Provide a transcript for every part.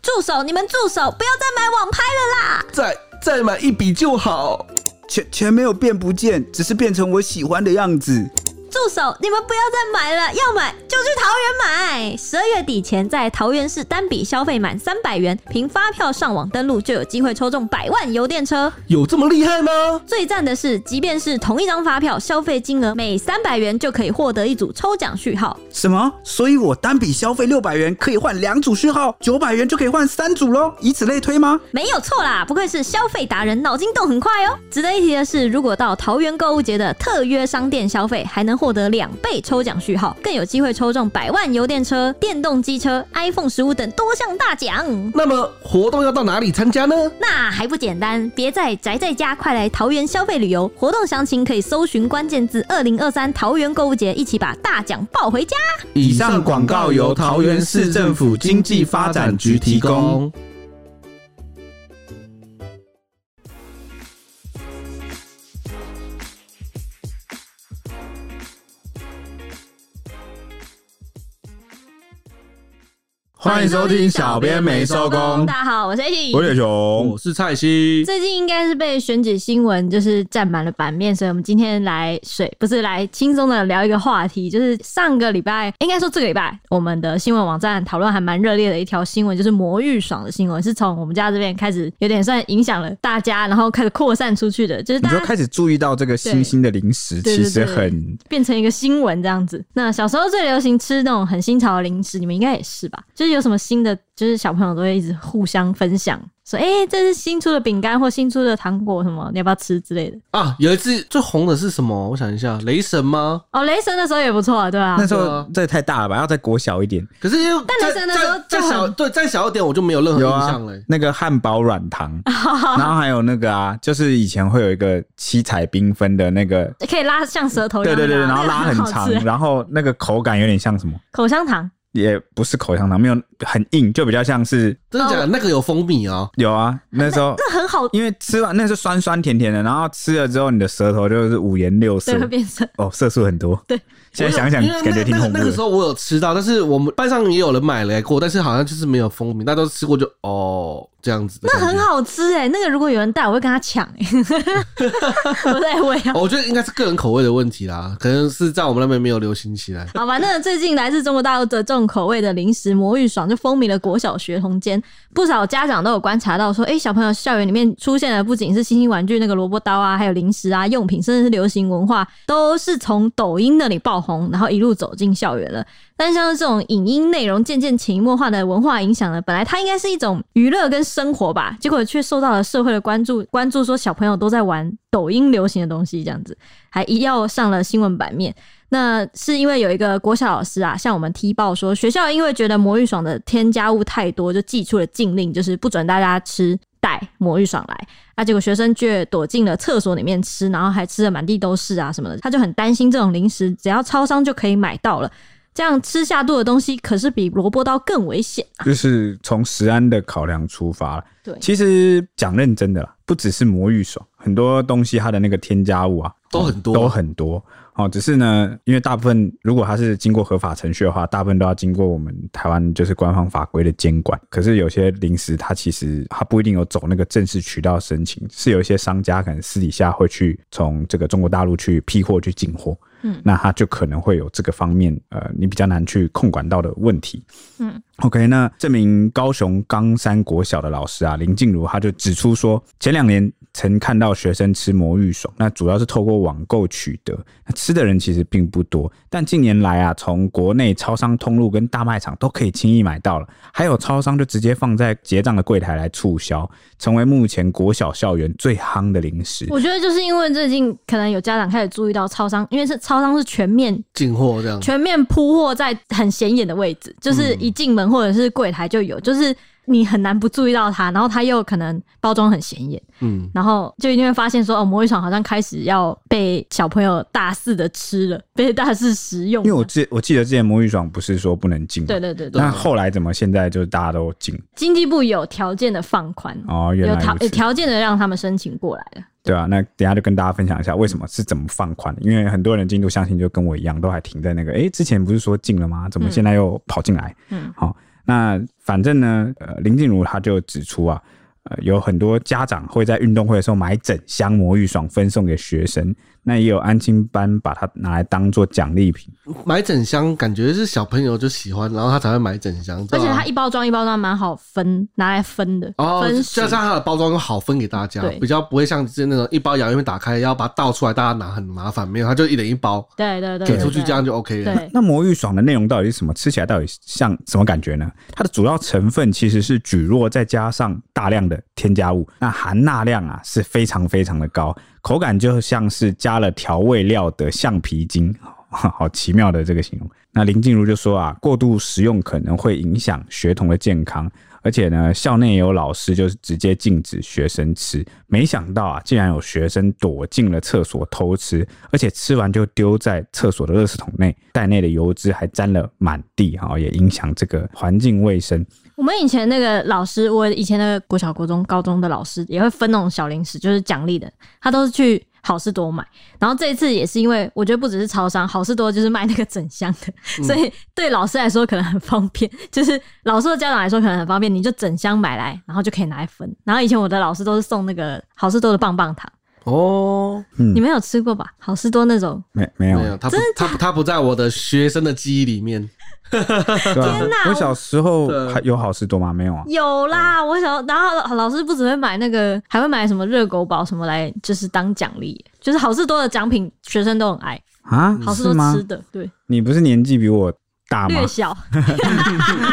住手！你们住手！不要再买网拍了啦！再再买一笔就好。钱钱没有变不见，只是变成我喜欢的样子。住手！你们不要再买了，要买就去桃园买。十二月底前在桃园市单笔消费满三百元，凭发票上网登录就有机会抽中百万油电车。有这么厉害吗？最赞的是，即便是同一张发票，消费金额每三百元就可以获得一组抽奖序号。什么？所以我单笔消费六百元可以换两组序号，九百元就可以换三组喽？以此类推吗？没有错啦，不愧是消费达人，脑筋动很快哦。值得一提的是，如果到桃园购物节的特约商店消费，还能获得两倍抽奖序号，更有机会抽中百万油电车、电动机车、iPhone 十五等多项大奖。那么活动要到哪里参加呢？那还不简单？别再宅在家，快来桃园消费旅游！活动详情可以搜寻关键字“二零二三桃园购物节”，一起把大奖抱回家。以上广告由桃园市政府经济发展局提供。欢迎收听小编没收工大家好，我是 H。我是熊，是蔡西，最近应该是被选举新闻就是占满了版面，所以我们今天来水不是来轻松的聊一个话题，就是上个礼拜应该说这个礼拜我们的新闻网站讨论还蛮热烈的一条新闻，就是魔芋爽的新闻，是从我们家这边开始有点算影响了大家，然后开始扩散出去的，就是你大就家开始注意到这个新兴的零食，对其对实对很变成一个新闻这样子。那小时候最流行吃那种很新潮的零食，你们应该也是吧？就是有什么新的，就是小朋友都会一直互相分享，说：“哎、这是新出的饼干或新出的糖果什么，你要不要吃之类的。”啊，有一次最红的是什么？我想一下，雷神吗？哦，雷神的时候也不错，对吧、那时对候啊这也太大了吧？要再裹小一点。可是因为但雷神的时候再就再很小对再小一点，我就没有任何印有象啊了欸。，那个汉堡软糖，然后还有那个啊，就是以前会有一个七彩缤纷的那个，可以拉像舌头一对样对对，对拉然后拉很那个 好长吃，欸然后那个口感有点像什么，口香糖。也不是口香糖，没有很硬，就比较像是真的哦假的？那个有蜂蜜啊？有啊，那 时候。那很好，因为吃完那是酸酸甜甜的，然后吃了之后，你的舌头就是五颜六色对，，会变成哦，色素很多。对，现在想想因为那感觉挺那恐那怖个时的。候我有吃到，但是我们班上也有人买来过，但是好像就是没有蜂蜜，大家都吃过就哦这样子。那很。好吃哎、那个如果有人带，我会跟他抢哎、不对， 我也要。哦我觉得应该是个人口味的问题啦，可能是在我们那边没有流行起来。 好吧，那最近来自中国大陆的重口味的零食魔芋爽就风靡了国小学童间，不少家长都有观察到说，哎、小朋友校园里面出现的不仅是新兴玩具那个萝卜刀啊，还有零食啊、用品，甚至是流行文化，都是从抖音那里爆红，然后一路走进校园了。但是像是这种影音内容渐渐潜移默化的文化影响呢，本来它应该是一种娱乐跟生活吧，结果却受到了社会的关注，关注说小朋友都在玩抖音流行的东西，这样子还一要上了新闻版面。那是因为有一个国小老师啊，向我们踢爆说，学校因为觉得魔芋爽的添加物太多，就寄出了禁令，就是不准大家吃带魔芋爽来。啊，结果学生却躲进了厕所里面吃，然后还吃的满地都是啊什么的。他就很担心这种零食，只要超商就可以买到了，这样吃下肚的东西可是比萝卜刀更危险。 就是从食安的考量出发了。对其实讲认真的啦，不只是魔芋爽，很多东西它的那个添加物啊，都很多都很多。哦，只是呢，因为大部分如果它是经过合法程序的话，大部分都要经过我们台湾就是官方法规的监管。可是有些零食它其实它不一定有走那个正式渠道申请，是有一些商家可能私底下会去从这个中国大陆去批货去进货。嗯那它就可能会有这个方面，呃，你比较难去控管到的问题。嗯，OK，那这名高雄冈山国小的老师啊，林静茹，他就指出说，前两年曾看到学生吃魔芋爽，那主要是透过网购取得，那吃的人其实并不多，但近年来啊，从国内超商通路跟大卖场都可以轻易买到了，还有超商就直接放在结账的柜台来促销，成为目前国小校园最夯的零食。我觉得就是因为最近可能有家长开始注意到超商，因为是超商是全面进货这样，全面铺货在很显眼的位置，就是嗯一进门或者是柜台就有，就是你很难不注意到它，然后它又可能包装很显眼，嗯，然后就一定会发现说，哦，魔芋爽好像开始要被小朋友大肆的吃了，被大肆食用了。因为我记我记得之前魔芋爽不是说不能进吗？对对对对，那后来怎么现在就是大家都进经济部有条件的放宽，哦？原有来条如有哎此，条件的让他们申请过来了。对啊，那等一下就跟大家分享一下为什么是怎么放宽的，因为很多人进度相信就跟我一样，都还停在那个诶，之前不是说进了吗？怎么现在又跑进来？嗯好、那反正呢，呃，林静茹她就指出啊，呃，有很多家长会在运动会的时候买整箱魔芋爽分送给学生，那也有安亲班把它拿来当做奖励品。买整箱感觉是小朋友就喜欢，然后他才会买整箱，啊而且它他一包装一包装蛮好分，拿来分的，哦分，食加上它的包装又好分给大家对，比较不会像是那种一包洋芋片打开要把它倒出来，大家拿很麻烦，没有，他就一人一包对对对，给出去，对这样就 OK 了。对那魔芋爽的内容到底是什么？吃起来到底像什么感觉呢？它的主要成分其实是蒟蒻，再加上大量的添加物，那含钠量啊是非常非常的高，口感就像是加了调味料的橡皮筋。 好奇妙的这个形容。那林静茹就说啊，过度食用可能会影响学童的健康，而且呢，校内也有老师就是直接禁止学生吃。没想到啊，竟然有学生躲进了厕所偷吃，而且吃完就丢在厕所的垃圾桶内，袋内的油脂还沾了满地哈，也影响这个环境卫生。我们以前那个老师，我以前那个国小、国中、高中的老师也会分那种小零食，就是奖励的，他都是去好事多买。然后这一次也是因为我觉得不只是超商，好事多就是卖那个整箱的，所以对老师来说可能很方便，就是老师的家长来说可能很方便，你就整箱买来，然后就可以拿来分。然后以前我的老师都是送那个好事多的棒棒糖，哦，你们有吃过吧？好事多那种，没没有没有，他不，他不，他不在我的学生的记忆里面。对啊天哪我小时候对还有好事多吗？没有啊。有嗯啦，我想，然后老师不只会买那个，还会买什么热狗堡什么来，就是当奖励，就是好事多的奖品，学生都很爱，啊，嗯好事是多吗吃？的，对，你不是年纪比我大吗略？小，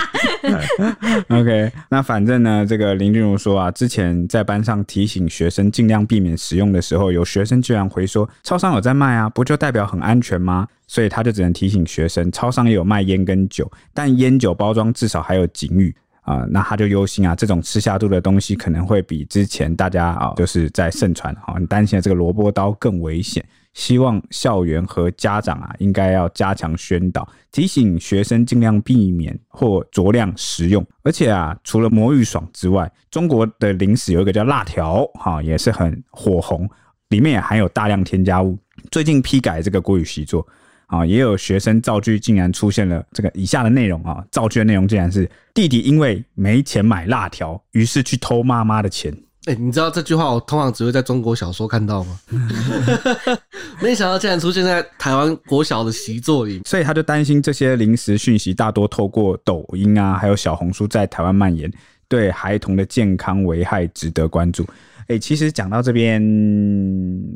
OK，那反正呢，这个林俊如说啊，之前在班上提醒学生尽量避免使用的时候，有学生居然回说超商有在卖啊，不就代表很安全吗？所以他就只能提醒学生，超商也有卖烟跟酒，但烟酒包装至少还有警语。啊、那他就忧心啊，这种吃下肚的东西可能会比之前大家啊、就是在盛传啊、很担心的这个萝卜刀更危险。希望校园和家长啊，应该要加强宣导，提醒学生尽量避免或酌量食用。而且啊，除了魔芋爽之外，中国的零食有一个叫辣条，哈、也是很火红，里面也含有大量添加物。最近批改这个国语习作啊，也有学生造句，竟然出现了这个以下的内容啊，造句的内容竟然是弟弟因为没钱买辣条，于是去偷妈妈的钱。哎、你知道这句话我通常只会在中国小说看到吗？ 没想到竟然出现在台湾国小的习作里。所以他就担心这些临时讯息大多透过抖音啊，还有小红书在台湾蔓延，对孩童的健康危害值得关注。诶，其实讲到这边，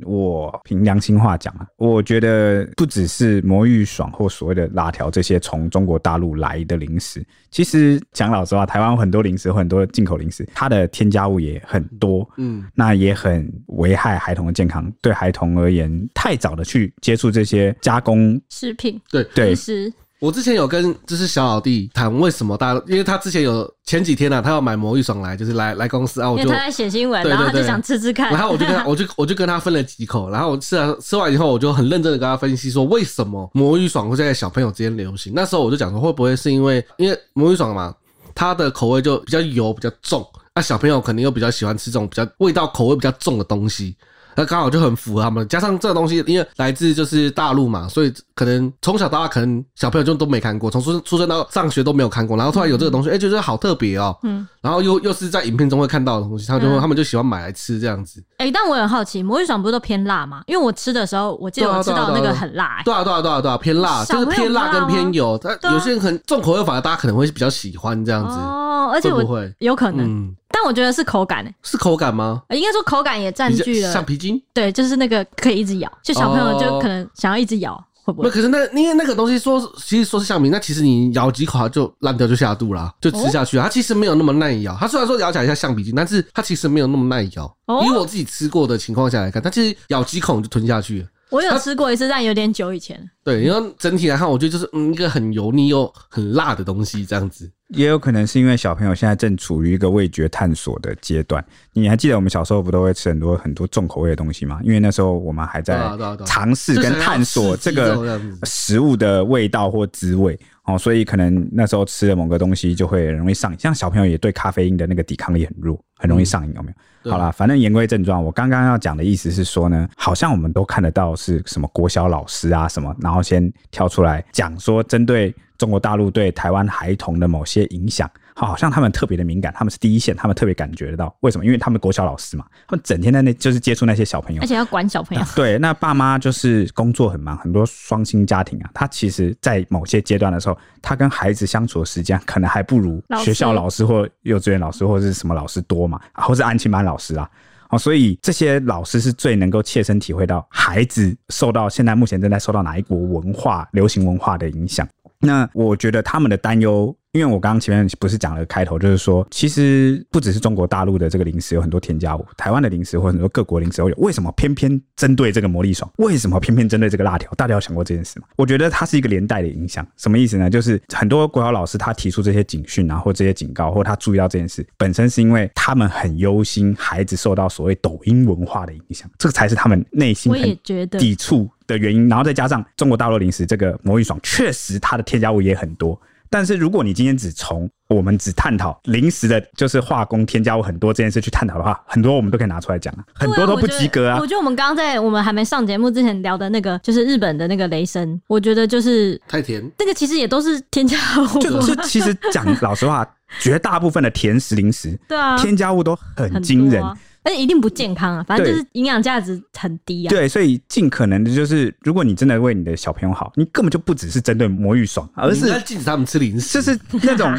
我凭良心话讲啊，我觉得不只是魔芋爽或所谓的辣条这些从中国大陆来的零食，其实讲老实话，台湾有很多零食，很多进口零食，它的添加物也很多，嗯，那也很危害孩童的健康。对孩童而言，太早的去接触这些加工，食品，对其实我之前有跟就是小老弟谈为什么大家，因为他之前有前几天啊，他要买魔芋爽来，就是来来公司啊，我因为就他在写新闻，对对然后他就对想吃吃看，然后我就跟他，我就我就跟他分了几口，然后我吃了吃完以后，我就很认真的跟他分析说，为什么魔芋爽会在小朋友之间流行？那时候我就讲说，会不会是因为因为魔芋爽嘛，它的口味就比较油，比较重，那小朋友肯定又比较喜欢吃这种比较味道口味比较重的东西。那刚好就很符合他们，加上这个东西，因为来自就是大陆嘛，所以可能从小到大，可能小朋友就都没看过，从出出生到上学都没有看过，然后突然有这个东西，哎、觉得好特别哦，嗯，然后又又是在影片中会看到的东西，他们就会、嗯他们就喜欢买来吃这样子，哎、但我很好奇，魔芋爽不是都偏辣吗？因为我吃的时候，我记得对啊我吃到对啊那对啊个很辣、欸，对啊，对啊，对啊，对啊，偏辣，小就是偏辣跟偏油。但对啊有些人可能重口味，反而大家可能会比较喜欢这样子，哦，而且我会不会？有可能，嗯，但我觉得是口感、欸，是口感吗？呃应该说口感也占比较据橡了，皮筋？对，就是那个可以一直咬，就小朋友就哦可能想要一直咬，会不那会？可是那因为那个东西说，其实说是橡皮，那其实你咬几口它就烂掉，就下肚啦，就哦吃下去啊了。它其实没有那么耐咬，它虽然说咬起来像橡皮筋，但是它其实没有那么耐咬。哦以我自己吃过的情况下来看，它其实咬几口你就吞下去了。我有吃过一次，但有点久以前。对，因为整体来看，我觉得就是嗯一个很油腻又很辣的东西这样子。也有可能是因为小朋友现在正处于一个味觉探索的阶段。你还记得我们小时候不都会吃很多很多重口味的东西吗？因为那时候我们还在对啊对啊对啊尝试跟探索这就是想要刺激这个种样子食物的味道或滋味。哦，所以可能那时候吃的某个东西就会容易上瘾，像小朋友也对咖啡因的那个抵抗力很弱，很容易上瘾，有没有？对好啦，反正言归正传，我刚刚要讲的意思是说呢，好像我们都看得到是什么国小老师啊什么，然后先跳出来讲说针对中国大陆对台湾孩童的某些影响。好好像他们特别的敏感，他们是第一线，他们特别感觉得到。为什么？因为他们国小老师嘛，他们整天在那就是接触那些小朋友而，且要管小朋友。对，那爸妈就是工作很忙，很多双薪家庭啊，他其实，在某些阶段的时候，他跟孩子相处的时间可能还不如老师学校老师或幼稚园老师或者是什么老师多嘛，啊或是安亲班老师啊。哦，所以这些老师是最能够切身体会到孩子受到现在目前正在受到哪一国文化、流行文化的影响。那我觉得他们的担忧，因为我刚刚前面不是讲了开头，就是说，其实不只是中国大陆的这个零食有很多添加物，台湾的零食或者很多各国零食都有，为什么偏偏针对这个魔力爽？为什么偏偏针对这个辣条？大家有想过这件事吗？我觉得它是一个连带的影响，什么意思呢？就是很多国小老师他提出这些警讯啊，或这些警告，或他注意到这件事，本身是因为他们很忧心孩子受到所谓抖音文化的影响，这个才是他们内 心我很也觉得，抵触的原因，然后再加上中国大陆零食这个魔芋爽，确实它的添加物也很多。但是如果你今天只从我们只探讨零食的，就是化工添加物很多这件事去探讨的话，很多我们都可以拿出来讲啊，很 对多啊都我不觉得及格啊 我。觉得我们刚刚在我们还没上节目之前聊的那个，就是日本的那个雷神，我觉得就是太甜，这个其实也都是添加物，就就其实讲老实话，绝大部分的甜食零食 对啊，添加物都很很惊人多，啊而且一定不健康啊，反正对就是营养价值很低啊。对，所以尽可能的就是，如果你真的为你的小朋友好，你根本就不只是针对魔芋爽，而你应啊是该禁止他们吃零食，就是那种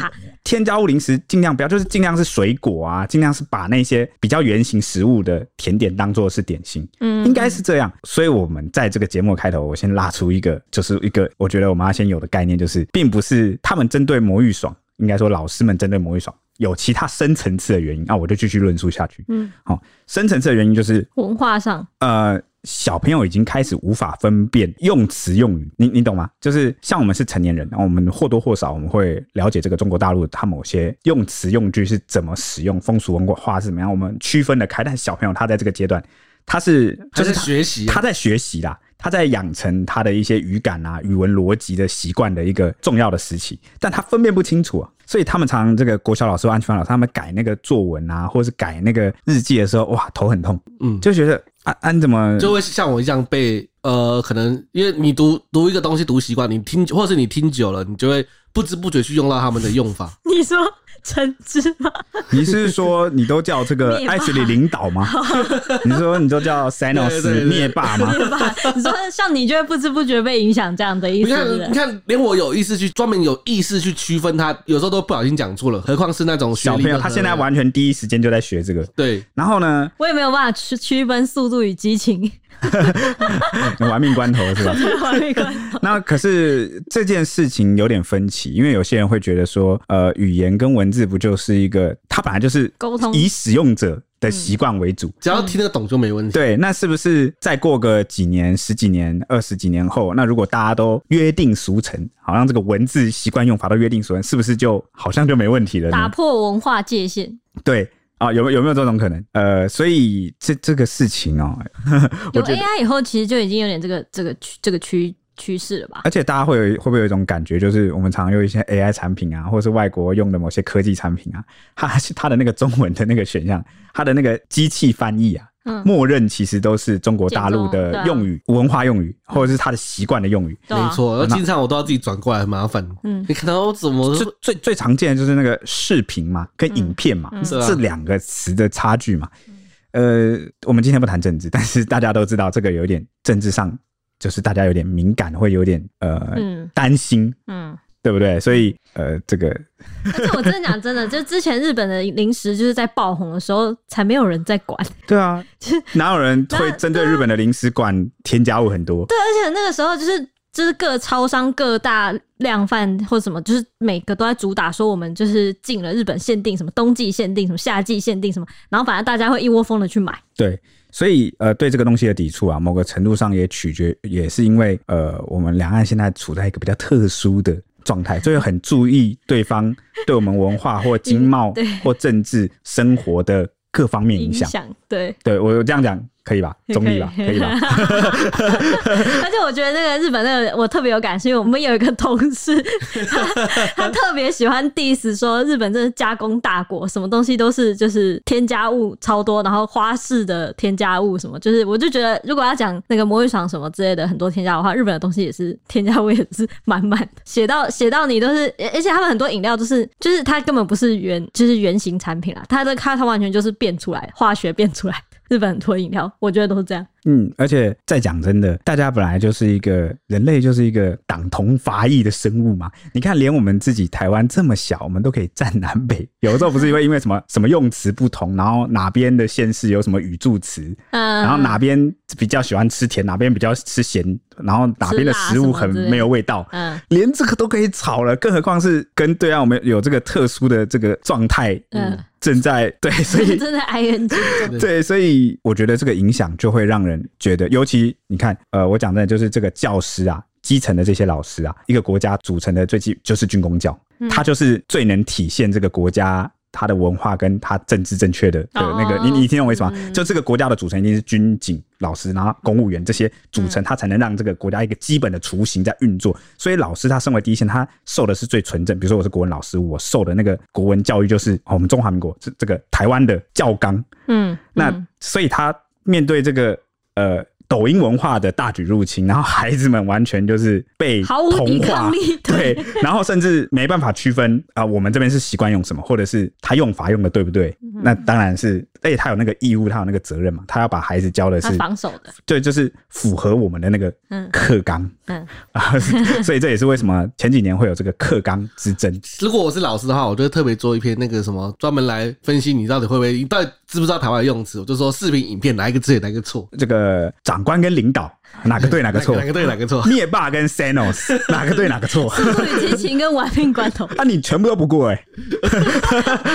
添加物零食，尽量不要，就是尽量是水果啊，尽量是把那些比较圆形食物的甜点当做是点心，嗯应该是这样。所以我们在这个节目开头，我先拉出一个，就是一个我觉得我们要先有的概念，就是并不是他们针对魔芋爽，应该说老师们针对魔芋爽有其他深层次的原因啊，我就继续论述下去。嗯，好、深层次的原因就是文化上，呃，小朋友已经开始无法分辨用词用语，你你懂吗？就是像我们是成年人，然后我们或多或少我们会了解这个中国大陆它某些用词用句是怎么使用，风俗文化是怎么样，我们区分的开。但是小朋友他在这个阶段，他是就还在是他学习啊，他在学习啦，他在养成他的一些语感啊、语文逻辑的习惯的一个重要的时期，但他分辨不清楚啊，所以他们常常这个国小老师、安全班老师，他们改那个作文啊，或者是改那个日记的时候，哇，头很痛，嗯就觉得安安怎么就会像我一样被呃，可能因为你读读一个东西读习惯，你听或是你听久了，你就会不知不觉去用到他们的用 法。你说橙汁吗？ 你是说你都叫这个灭霸艾雪里领导 吗？你说你都叫对对 Sanos 对灭霸 吗？对吧？ 你说像你就会不知不觉被影响这样的意你思，看对不，对你看，连我有意识去专门有意识去区分它，有时候都不小心讲错了，何况是那种学小历朋友不合他现在的完全第一时间就在学这个，对然后呢，我也没有办法区区分速度与激情， 玩命关头是吧？完美关头。 那可是这件事情有点分歧，因为有些人会觉得说，呃，语言跟文字不就是一个，它本来就是嗯沟通以使用者的习惯为主。只要嗯听得懂就没问题。对，那是不是再过个几年、十几年、二十几年后，那如果大家都约定俗成，好像这个文字习惯用法都约定俗成，是不是就好像就没问题了打呢？破文化界限，对啊，有没有有没有这种可能？呃，所以这这个事情哦，有我觉得 AI 以后，其实就已经有点这个这个趋这个趋趋势了吧？而且大家会有会不会有一种感觉，就是我们常用一些 AI 产品啊，或者是外国用的某些科技产品啊，它 它的那个中文的那个选项，它的那个机器翻译啊，嗯默认其实都是中国大陆简中对的啊用语、文化用语，或者是它的习惯的用语。对啊没错，然后经常我都要自己转过来，很麻烦。嗯你看到哦怎么最最最常见的就是那个视频嘛，跟影片嘛，嗯嗯嗯这对啊这两个词的差距嘛。呃，我们今天不谈政治，但是大家都知道这个有点政治上，就是大家有点敏感，会有点呃嗯担心，嗯，对不对？所以呃，这个而且我真的讲真的， 就之前日本的零食就是在爆红的时候，才没有人在管。 对啊，哪有人会针对日本的零食馆添加物很多？对，而且那个时候就是就是各超商、各大量贩或什么，就是每个都在主打说我们就是进了日本限定，什么冬季限定，什么夏季限定，什么，然后反正大家会一窝蜂的去买。对，所以呃，对这个东西的抵触啊，某个程度上也取决，也是因为呃，我们两岸现在处在一个比较特殊的状态，所以很注意对方对我们文化 或经贸对或政治生活的各方面影响。对，对我有这样讲可以吧？ 也可以中立吧？可以吧？ 而且我觉得那个日本那个我特别有感，是因为我们有一个同事， 他他特别喜欢 diss 说日本真是加工大国，什么东西都是就是添加物超多，然后花式的添加物什么，就是我就觉得如果要讲那个魔芋爽什么之类的很多添加物的话，日本的东西也是添加物也是满满的，写到 写到你都是，而而且他们很多饮料都是就是它根本不是原就是原型产品啦，它的它它完全就是变出来的化学变出来的。日本很多饮料，我觉得都是这样。嗯，而且再讲真的，大家本来就是一个人类，就是一个党同伐异的生物嘛。你看，连我们自己台湾这么小，我们都可以站南北。有的时候不是因为因为什么什么用词不同，然后哪边的县市有什么语助词，嗯，然后哪边比较喜欢吃甜，哪边比较吃咸，然后哪边的食物很没有味道，嗯，连这个都可以吵了，更何况是跟对岸我们有这个特殊的这个状态，嗯，正在对，所 以真的 ing 对对，所以我觉得这个影响就会让人觉得，尤其你看，呃，我讲真的就是这个教师啊，基层的这些老师啊，一个国家组成的最基就是军工教，嗯它就是最能体现这个国家。它的文化跟它政治正确的的哦那个，你你听懂我意思吗？嗯就这个国家的组成一定是军警、老师，然后公务员这些组嗯成，它才能让这个国家一个基本的雏形在运作。所以老师他身为第一线，他受的是最纯正。比如说我是国文老师，我受的那个国文教育就是哦我们中华民国这这个台湾的教纲，嗯，那嗯所以他面对这个呃抖音文化的大举入侵，然后孩子们完全就是被毫无抵同化抗，力， 对，然后甚至没办法区分啊、我们这边是习惯用什么，或者是他用法用的对不对？嗯那当然是，而且他有那个义务，他有那个责任嘛，他要把孩子教的他是防守的，对，就是符合我们的那个嗯课纲嗯， 啊，所以这也是为什么前几年会有这个课纲之争。如果我是老师的话，我就会特别做一篇那个什么，专门来分析你到底会不会，你到底知不知道台湾的用词。我就说视频、影片哪一个对，哪一个错，这个长官跟领导哪个对哪个错 哪？个对，哪个错。灭霸跟 Thanos 哪个对哪个错？速度与激情跟玩命关 头。啊，你全部都不过哎、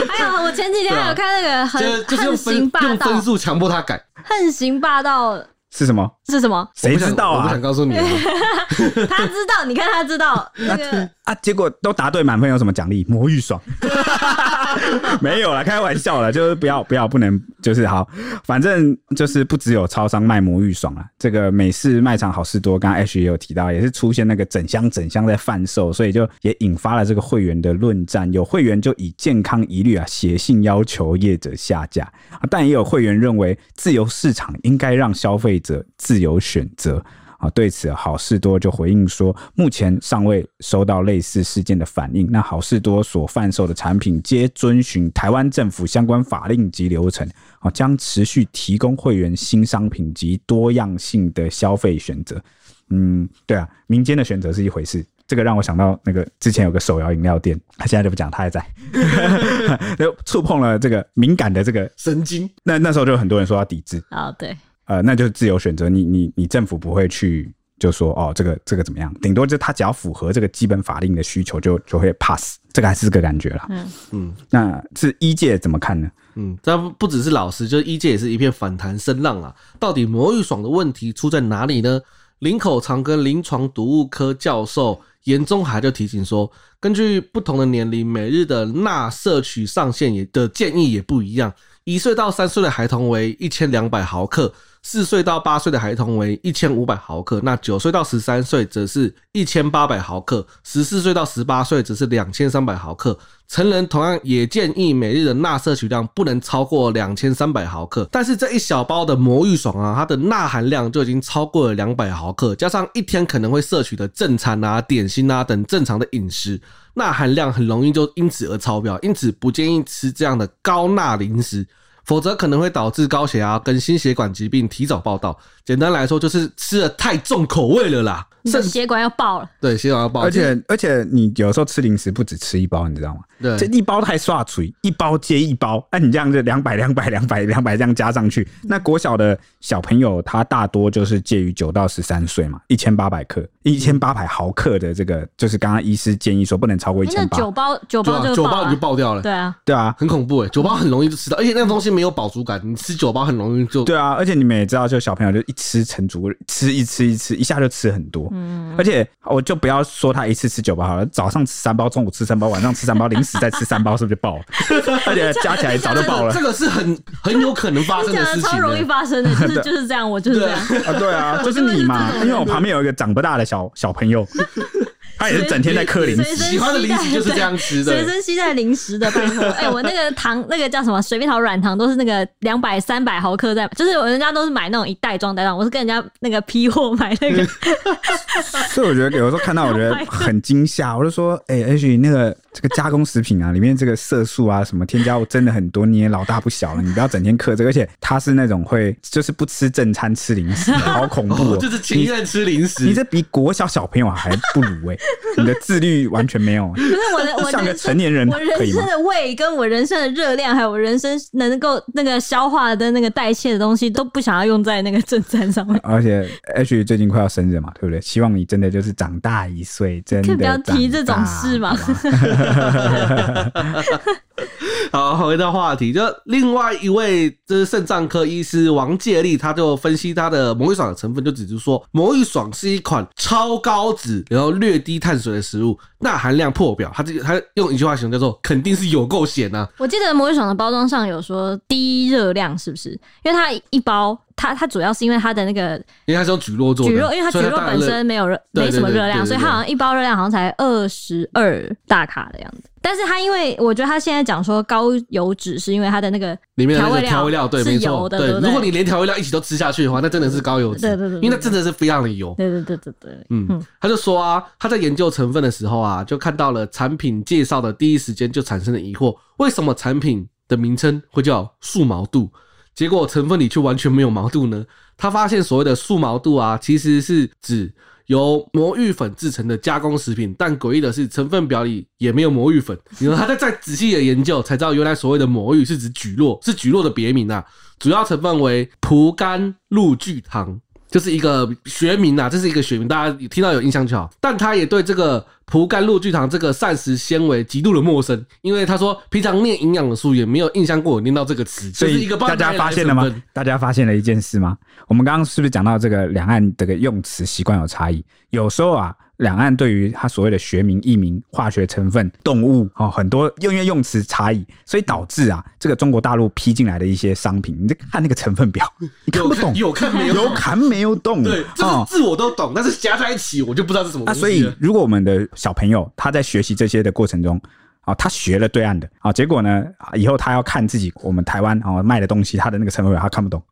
还有，哎我前几天还有看那个就横啊就是横用分行霸用道分，数强迫他改，横行霸道是什么？是什 么？我谁不想知道我不啊想？告诉你啊，他知道，你看他知道那个。啊，结果都答对满分有什么奖励？魔芋爽？ 没有啦，开玩笑啦，就是不要不要不能，就是好，反正就是不只有超商卖魔芋爽啦，这个美式卖场好事多，刚刚 H 也有提到，也是出现那个整箱整箱在贩售，所以就也引发了这个会员的论战，有会员就以健康疑虑啊写信要求业者下架，啊但也有会员认为自由市场应该让消费者自由选择。啊，对此好事多就回应说，目前尚未收到类似事件的反应。那好事多所贩售的产品皆遵循台湾政府相关法令及流程，啊，将持续提供会员新商品及多样性的消费选择。嗯，对啊，民间的选择是一回事。这个让我想到那个之前有个手摇饮料店，他现在就不讲，他还在， 就触碰了这个敏感的这个，神经。那那时候就有很多人说要抵制，哦，对，呃，那就是自由选择，你你你政府不会去就说哦，这个这个怎么样？顶多就他只要符合这个基本法令的需求就，就会 pass，这个还是这个感觉啦。嗯嗯那是一届怎么看呢？嗯，这不只是老师，就是一届也是一片反弹声浪啊。到底魔芋爽的问题出在哪里呢？林口长庚临床毒物科教授严中海就提醒说，根据不同的年龄，每日的钠摄取上限也的建议也不一样。一岁到三岁的孩童为一千两百毫克，四岁到八岁的孩童为一千五百毫克，那九岁到十三岁则是一千八百毫克，十四岁到十八岁则是两千三百毫克。成人同样也建议每日的钠摄取量不能超过两千三百毫克，但是这一小包的魔芋爽啊，它的钠含量就已经超过了两百毫克，加上一天可能会摄取的正餐啊、点心啊等正常的饮食，钠含量很容易就因此而超标，因此不建议吃这样的高钠零食。否则可能会导致高血压跟心血管疾病提早报道。简单来说，就是吃的太重口味了啦，你的甚血管要爆了，对血管要爆，而且而且你有时候吃零食不止吃一包，你知道吗？对这一包太刷嘴，一包接一包，那、你这样就两百两百两百两百这样加上去，那国小的小朋友他大多就是介于九到十三岁嘛，一千八百克，一千八百毫克的这个，就是刚刚医师建议说不能超过一哎那千八，九包九对包啊就酒爆包你了就，爆掉了对。啊，对啊，很恐怖哎、酒吧很容易就吃到，而且那个东西没没有饱足感，你吃九包很容易就对啊，而且你们也知道，就小朋友就一吃成竹，吃一吃一吃，一下就吃很多。嗯，而且我就不要说他一次吃九包好了，早上吃三包，中午吃三包，晚上吃三包，零食再吃三包，是不是就爆了？而且加起来早就爆了这个是很很有可能 发你生讲的的事超情容易的。发生的， 就是就是这样，我就是这样。啊！对啊，就是你嘛，因为我旁边有一个长不大的小小朋友，他也是整天在嗑零随食。身喜欢的零食就是这样吃的随，身携带零食的，拜 托！哎、我那个糖，那个叫什么水蜜桃软糖，都是那个两百、三百毫克在，就是人家都是买那种一袋装袋装，我是跟人家那个批货买那个， 所以我觉得有时候看到我觉得很惊吓，我就说：“哎、也许那个这个加工食品啊，里面这个色素啊什么添加物真的很多，你也老大不小了，你不要整天嗑这个。而且他是那种会就是不吃正餐吃零食，好恐怖、哦哦，就是情愿吃零食。你这比国小小朋友还不如哎、你的自律完全没有、不是我的， 我像个人成生。年人我可人以吗生？的胃跟我人生的热量，还有我人生能够那个消化的那个代谢的东西，都不想要用在那个正餐上面。而且 H 最近快要生日嘛，对不对？希望你真的就是长大一岁，真的可以不要提这种长大事嘛？好，回到话题，就另外一位就是肾脏科医师王介立，他就分析它的魔芋爽的成分，就指出说，魔芋爽是一款超高脂然后略低碳水的食物，钠含量破表。他这个他用一句话形容叫做“肯定是有够咸”啊呐。 我记得魔芋爽的包装上有说低热量，是不是？因为它一包，它它主要是因为它的那个因为它是用蒟蒻做的，蒟蒻，因为它所以蒟蒻当然本热身没有热，对对没什么对对热量，对所以它好像一包热量好像才二十二大卡的样子。但是它因为我觉得它现在讲说高油脂是因为它的那个里面的那调味个料调味料，对，是没油错，的对对不。对如果你连调味料一起都吃下去的话，那真的是高油脂，对对对对因为那真的是非常的油。对对对对对，嗯，他就说啊，他在研究成分的时候啊，就看到了产品介绍的第一时间就产生了疑惑，为什么产品的名称会叫素毛肚？结果成分里却完全没有毛肚呢？他发现所谓的素毛肚啊，其实是指由魔芋粉制成的加工食品，但诡异的是，成分表里也没有魔芋粉。你说他在再仔细的研究，才知道原来所谓的魔芋是指菊络，是菊络的别名啊。主要成分为蒲甘露聚糖，就是一个学名啊，这是一个学名，大家听到有印象就好。但他也对这个蒲甘露聚糖这个膳食纤维极度的陌生，因为他说平常念营养的书也没有印象过有念到这个词，所这是以一个大家发现了帮大家来吗分？大家发现了一件事吗？我们刚刚是不是讲到这个两岸这个用词习惯有差异？有时候啊，两岸对于它所谓的学名、译名、化学成分、动物哦，很多因为用词差异，所以导致啊，这个中国大陆批进来的一些商品，你在看那个成 分表，你看有不懂，有看没有？ 有砍没有动，对，这个哦字我都懂，但是加在一起我就不知道是什么那东西所以了，如果我们的小朋友他在学习这些的过程中，啊，他学了对岸的啊，结果呢，啊以后他要看自己我们台湾啊卖的东西，他的那个成分表他看不懂，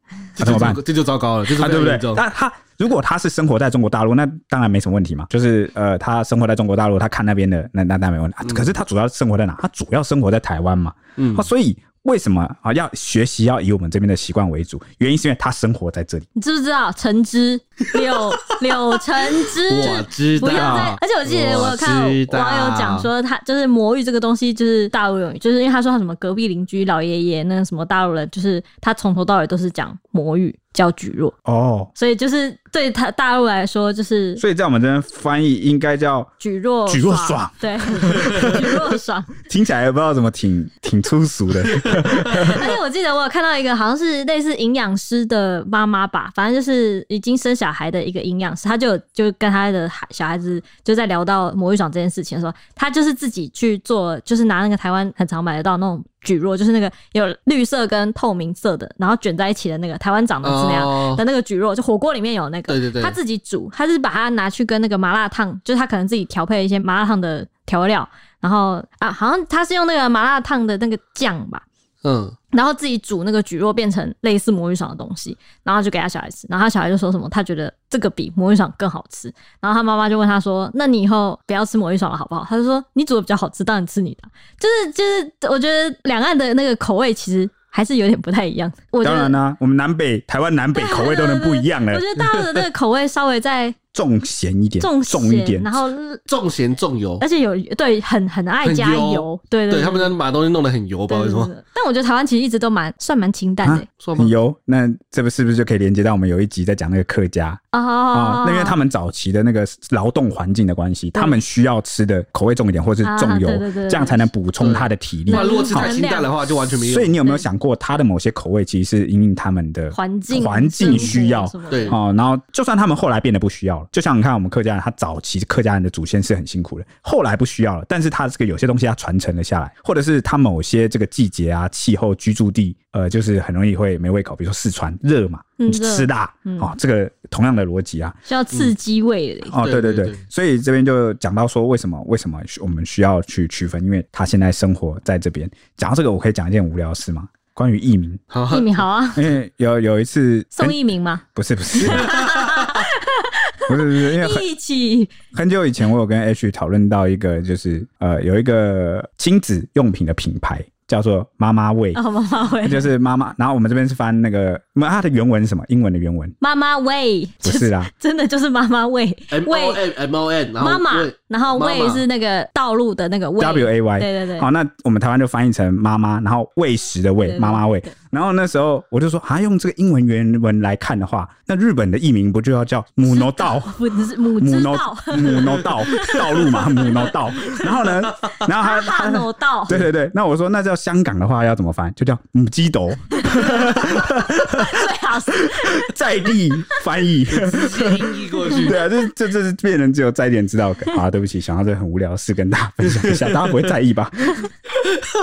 这那、啊怎就么办？这就糟糕了，这就啊，对不非常对严重？那他如果他是生活在中国大陆，那当然没什么问题嘛。就是呃，他生活在中国大陆，他看那边的，那那当然没问题、啊可是他主要生活在哪？他主要生活在台湾嘛。嗯啊，所以为什么啊要学习要以我们这边的习惯为主？原因是因为他生活在这里。你知不知道橙汁 柳柳橙汁？啊我知道不要再，而且我记得我有看我知到道网友讲说他，就是魔芋这个东西，就是大陆用语，就是因为他说他什么隔壁邻居老爷爷那个什么大陆人，就是他从头到尾都是讲魔芋叫菊若，哦，所以就是对他大陆来说就是所以在我们这边翻译应该叫举若举若爽，对， 举若爽。听起来不知道怎么挺挺粗俗的。而且我记得我有看到一个好像是类似营养师的妈妈吧，反正就是已经生小孩的一个营养师，她就就跟她的孩小孩子就在聊到魔芋爽这件事情的时候，她就是自己去做，就是拿那个台湾很常买得到那种菊若，就是那个有绿色跟透明色的，然后卷在一起的那个台湾长的是那样哦的那个菊若，就火锅里面有那个，对对对他自己煮，他是把它拿去跟那个麻辣烫，就是他可能自己调配一些麻辣烫的调料，然后啊，好像他是用那个麻辣烫的那个酱吧，嗯，然后自己煮那个蒟蒻变成类似魔芋爽的东西，然后就给他小孩吃，然后他小孩就说什么他觉得这个比魔芋爽更好吃，然后他妈妈就问他说：“那你以后不要吃魔芋爽了好不好？”他就说：“你煮的比较好吃，当然吃你的啊。”就是就是，我觉得两岸的那个口味其实还是有点不太一样。我觉当 得啊 然啦、我们南北台湾南北口味都能不一样了欸我觉。得大陆的那个口味稍微再重咸一点， 重重一咸点，然后重咸重油而，且有对很很爱很加油油，对对对，他们家把东西弄得很油，不知道为对什对么，对，但我觉得台湾其实一直都蛮算蛮清淡的欸算吗很？油。那这个是不是就可以连接到我们有一集在讲那个客家啊？啊那因为他们们早期的那个劳动环境的关系，对他们需要吃的口味重一点，或是重油啊对对对，对这样才能补充他的体力不。然如果吃太清淡的话，就完全没有所以。你有没有想过，它的某些口味其实是因应他们的环境环境需要？生活什么的对哦，然后就算他们后来变得不需要了，就像你看我们客家人，他早期客家人的祖先是很辛苦的，后来不需要了，但是他这个有些东西他传承了下来，或者是他某些这个季节啊、气候、居住地，呃，就是很容易会没胃口，比如说四川热嘛，嗯你吃辣，嗯哦，这个同样的逻辑啊，需要刺激味蕾。 哦，对对对对对对，所以这边就讲到说，为什么为什么我们需要去区分？因为他现在生活在这边。讲到这个，我可以讲一件无聊的事吗？关于艺名，好，一米好啊，因为有有一次，宋很一鸣 嘛，不是不是。不是不是，因为很一 起很久以前，我有跟 H 讨论到一个，就是呃，有一个亲子用品的品牌叫做妈妈味，哦，妈妈味，就是妈妈。然后我们这边是翻那个，那它的原文是什么？英文的原文妈妈味，不就是啦，真的就是妈妈味， M O 味 N M O N，然后妈妈 喂，然后妈味妈是那个道路的那个味 W A 啊 Y，对对对好，那我们台湾就翻译成妈妈，然后喂食的对喂，对妈妈喂对。然后那时候我就说，啊，用这个英文原文来看的话，那日本的译名不就要叫母诺道？不是母母之诺道，母诺道道路嘛，母诺道。然 后呢，然后 大他他。脑道， 对对对，那我说那叫香港的话要怎么翻？就叫母鸡 斗，最好啊是在地翻译。直接音译过去。对啊，这这这是变成只有在点知道梗啊！对不起，想到这个很无聊的事跟大家分享一下，大家不会在 意吧？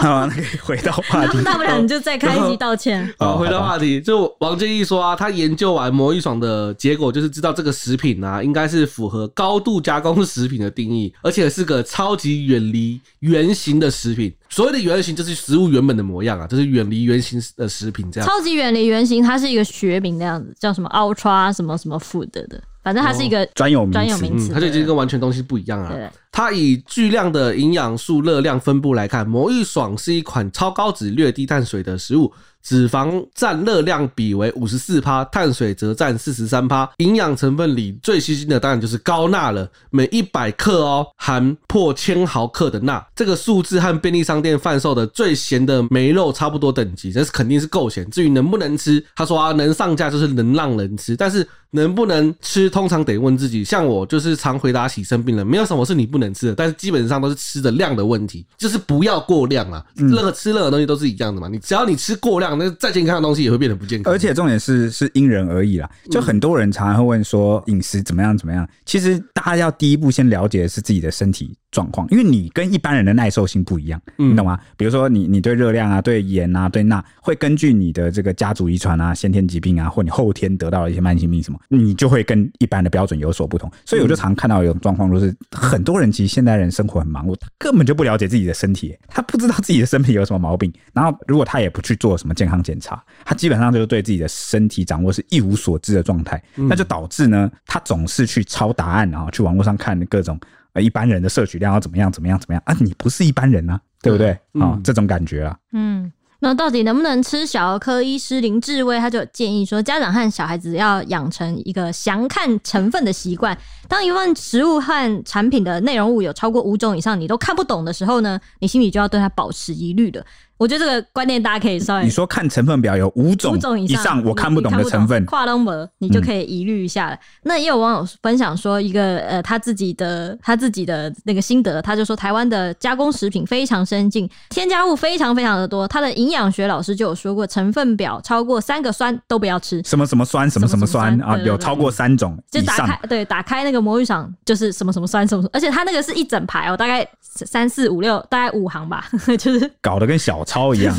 好，那可以回到话题。大不了你就再开一集道 歉。好，哦回到好吧话题，就王建义说啊，他研究完魔芋爽的结果就是知道这个食品啊，应该是符合高度加工食品的定义，而且是个超级远离原型的食品。所谓的原型就是食物原本的模样啊，就是远离原型的食品啊这样。超级远离原型，它是一个学名那样子，叫什么 Ultra 什么什么 Food 的，反正它是一个哦专有名专有词名嗯，词。它就已经跟完全东西不一样啊对了。它以巨量的营养素热量分布来看，魔芋爽是一款超高脂、略低碳水的食物，脂肪占热量比为五十四趴，碳水则占四十三趴。营养成分里最吸睛的当然就是高钠了，每一百克哦含破千毫克的钠，这个数字和便利商店贩售的最咸的梅肉差不多等级，这是肯定是够咸。至于能不能吃，他说啊，能上架就是能让人吃，但是能不能吃，通常得问自己。像我就是常回答起生病人，没有什么是你不能吃的，但是基本上都是吃的量的问题，就是不要过量啦。嗯任何吃任何东西都是一样的嘛，你只要你吃过量，那再健康的东西也会变得不健康。嗯而且重点是是因人而异啦，就很多人常常会问说饮食怎么样怎么样，其实大家要第一步先了解的是自己的身体状况，因为你跟一般人的耐受性不一样，嗯你懂吗？比如说你你对热量啊、对盐啊、对钠，会根据你的这个家族遗传啊、先天疾病啊，或你后天得到的一些慢性病什么，你就会跟一般的标准有所不同。所以我就常看到有种状况，就是很多人其实现代人生活很忙碌，他根本就不了解自己的身体，他不知道自己的身体有什么毛病，然后如果他也不去做什么健康检查，他基本上就是对自己的身体掌握是一无所知的状态，那就导致呢，他总是去抄答案啊，去网络上看各种呃一般人的摄取量要怎么样怎么样怎么样啊，你不是一般人啊，对不对啊、嗯这种感觉啊，嗯，那到底能不能吃？小儿科医师林志威他就有建议说，家长和小孩子要养成一个详看成分的习惯。当一份食物和产品的内容物有超过五种以上，你都看不懂的时候呢，你心里就要对它保持疑虑了。我觉得这个观念大家可以稍微你说看成分表有五种五种以以上我你看不懂的成分，跨东门你就可以疑虑一下了。那也有网友分享说，一个呃他自己的他自己的那个心得，他就说台湾的加工食品非常先进，添加物非常非常的多。他的营养学老师就有说过，成分表超过三个酸都不要吃。什么什么酸什么什么酸什么什么酸啊，对对对有超过三种就以打上开。对打开那个魔芋爽，就是什么什么酸什么什么，而且它那个是一整排哦，大概三四五六，大概五行吧， 就是搞得跟小抄一 样，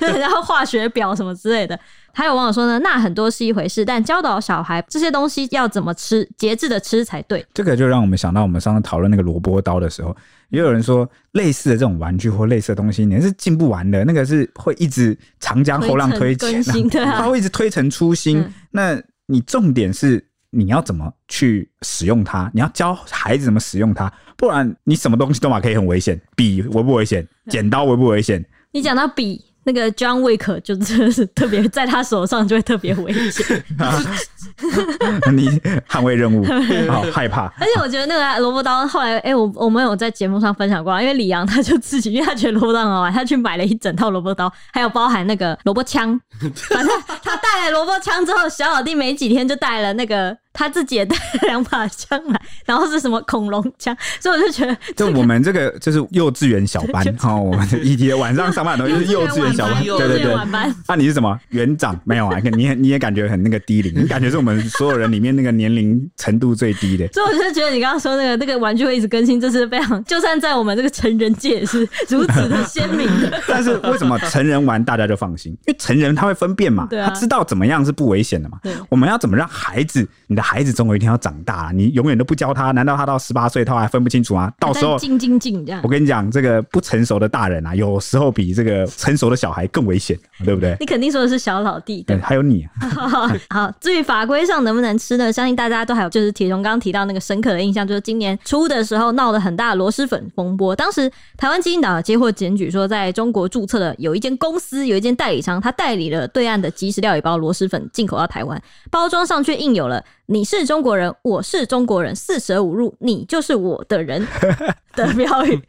然后化学表什么之类的。还有网友说呢，那很多是一回事，但教导小孩这些东西要怎么吃，节制的吃才对。这个就让我们想到我们上次讨论那个萝卜刀的时候，也有人说类似的这种玩具或类似的东西，你是进不完的，那个是会一直长江后浪推前、推陈更新对啊 它会一直推陈出新。嗯那你重点是你要怎么去使用它，你要教孩子怎么使用它，不 然你什么东西都嘛可以很危险，笔危不危险，剪刀危不危险， 你讲到笔，那个 John Wick 就真的是特别在他手上就会特别危险，你捍卫任 务，好害怕。而且我觉得那个萝卜刀后来，哎、我我们有在节目上分享过啊，因为李阳他就自己，因为他觉得萝卜刀很好玩，他去买了一整套萝卜刀，还有包含那个萝卜 枪。反正他带了萝卜枪之后，小老弟没几天就带了那个他自己也带了两把枪来，然后是什么恐龙枪，所以我就觉得就我们这个就是幼稚园小班，哈，我们的议题晚上上班都是幼稚园小班，幼 对稚对园对。晚班。啊，你是什么园长？没有啊，你也你也感觉很那个低龄，你感觉是我们所有人里面那个年龄程度最低的。所以我就觉得你刚刚说那个那个玩具会一直更新，这是非常， 就算在我们这个成人界也是如此的鲜明的。但是为什么成人玩大家就放心？因为成人他会分辨嘛，对啊他知道怎么样是不危险的嘛对。我们要怎么让孩子？你的孩子总有一天要长大，啊你永远都不教他，难道他到十八岁他还分不清楚吗？到时候但静静静这样我，跟你讲，这个不成熟的大人啊，有时候比这个成熟的小孩更危险，对不对？你肯定说的是小老弟对吧对，还有你、啊，好，至于法规上能不能吃呢？相信大家都还有就是铁雄刚刚提到那个深刻的印象，就是今年初的时候闹得很大的螺蛳粉风波。当时台湾基金岛接获检举说，在中国注册的有一间公司，有一间代理商，他代理了对岸的即食料理包螺蛳粉进口到台湾，包装上却印有了“你是中国人，我是中国人，四舍五入你就是我的人” 的标语。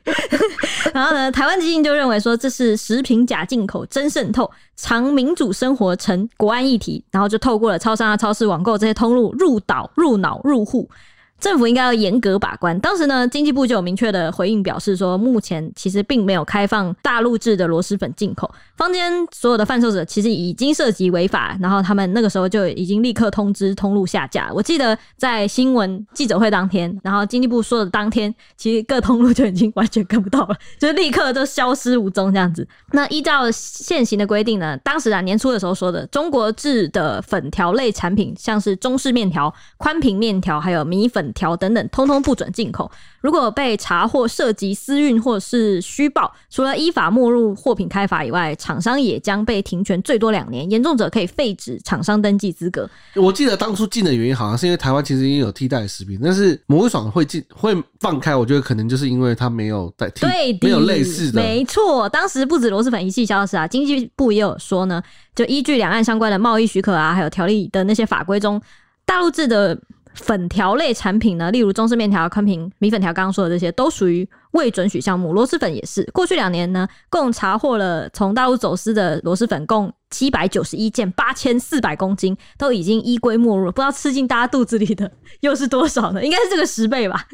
然后呢，台湾基金就认为说这是食品假进口真渗透，常民主生活成国安议题，然后就透过了超商啊、超市、网购这些通路入岛、入脑、入户。政府应该要严格把关。当时呢，经济部就有明确的回应，表示说，目前其实并没有开放大陆制的螺蛳粉进口，坊间所有的贩售者其实已经涉及违法，然后他们那个时候就已经立刻通知通路下架。我记得在新闻记者会当天，然后经济部说的当天，其实各通路就已经完全跟不到了，就立刻就消失无踪这样子。那依照现行的规定呢，当时啊年初的时候说的，中国制的粉条类产品，像是中式面条、宽平面条，还有米粉条等等，通通不准进口。如果被查获涉及私运或是虚报，除了依法没入货品开发以外，厂商也将被停权最多两年，严重者可以废止厂商登记资格。我记得当初进的原因好像是因为台湾其实已经有替代的食品，但是魔芋爽会进会放开，我觉得可能就是因为它没有代替对，的没有类似的。没错。当时不止螺蛳粉一系消失啊，经济部也有说呢，就依据两岸相关的贸易许可啊，还有条例的那些法规中，大陆制的粉条类产品呢，例如中式面条、宽平米粉条，刚刚说的这些，都属于未准许项目。螺蛳粉也是，过去两年呢，共查获了从大陆走私的螺蛳粉共。七百九十一件，八千四百公斤，都已经依规没入了，不知道吃进大家肚子里的又是多少呢？应该是这个十倍吧，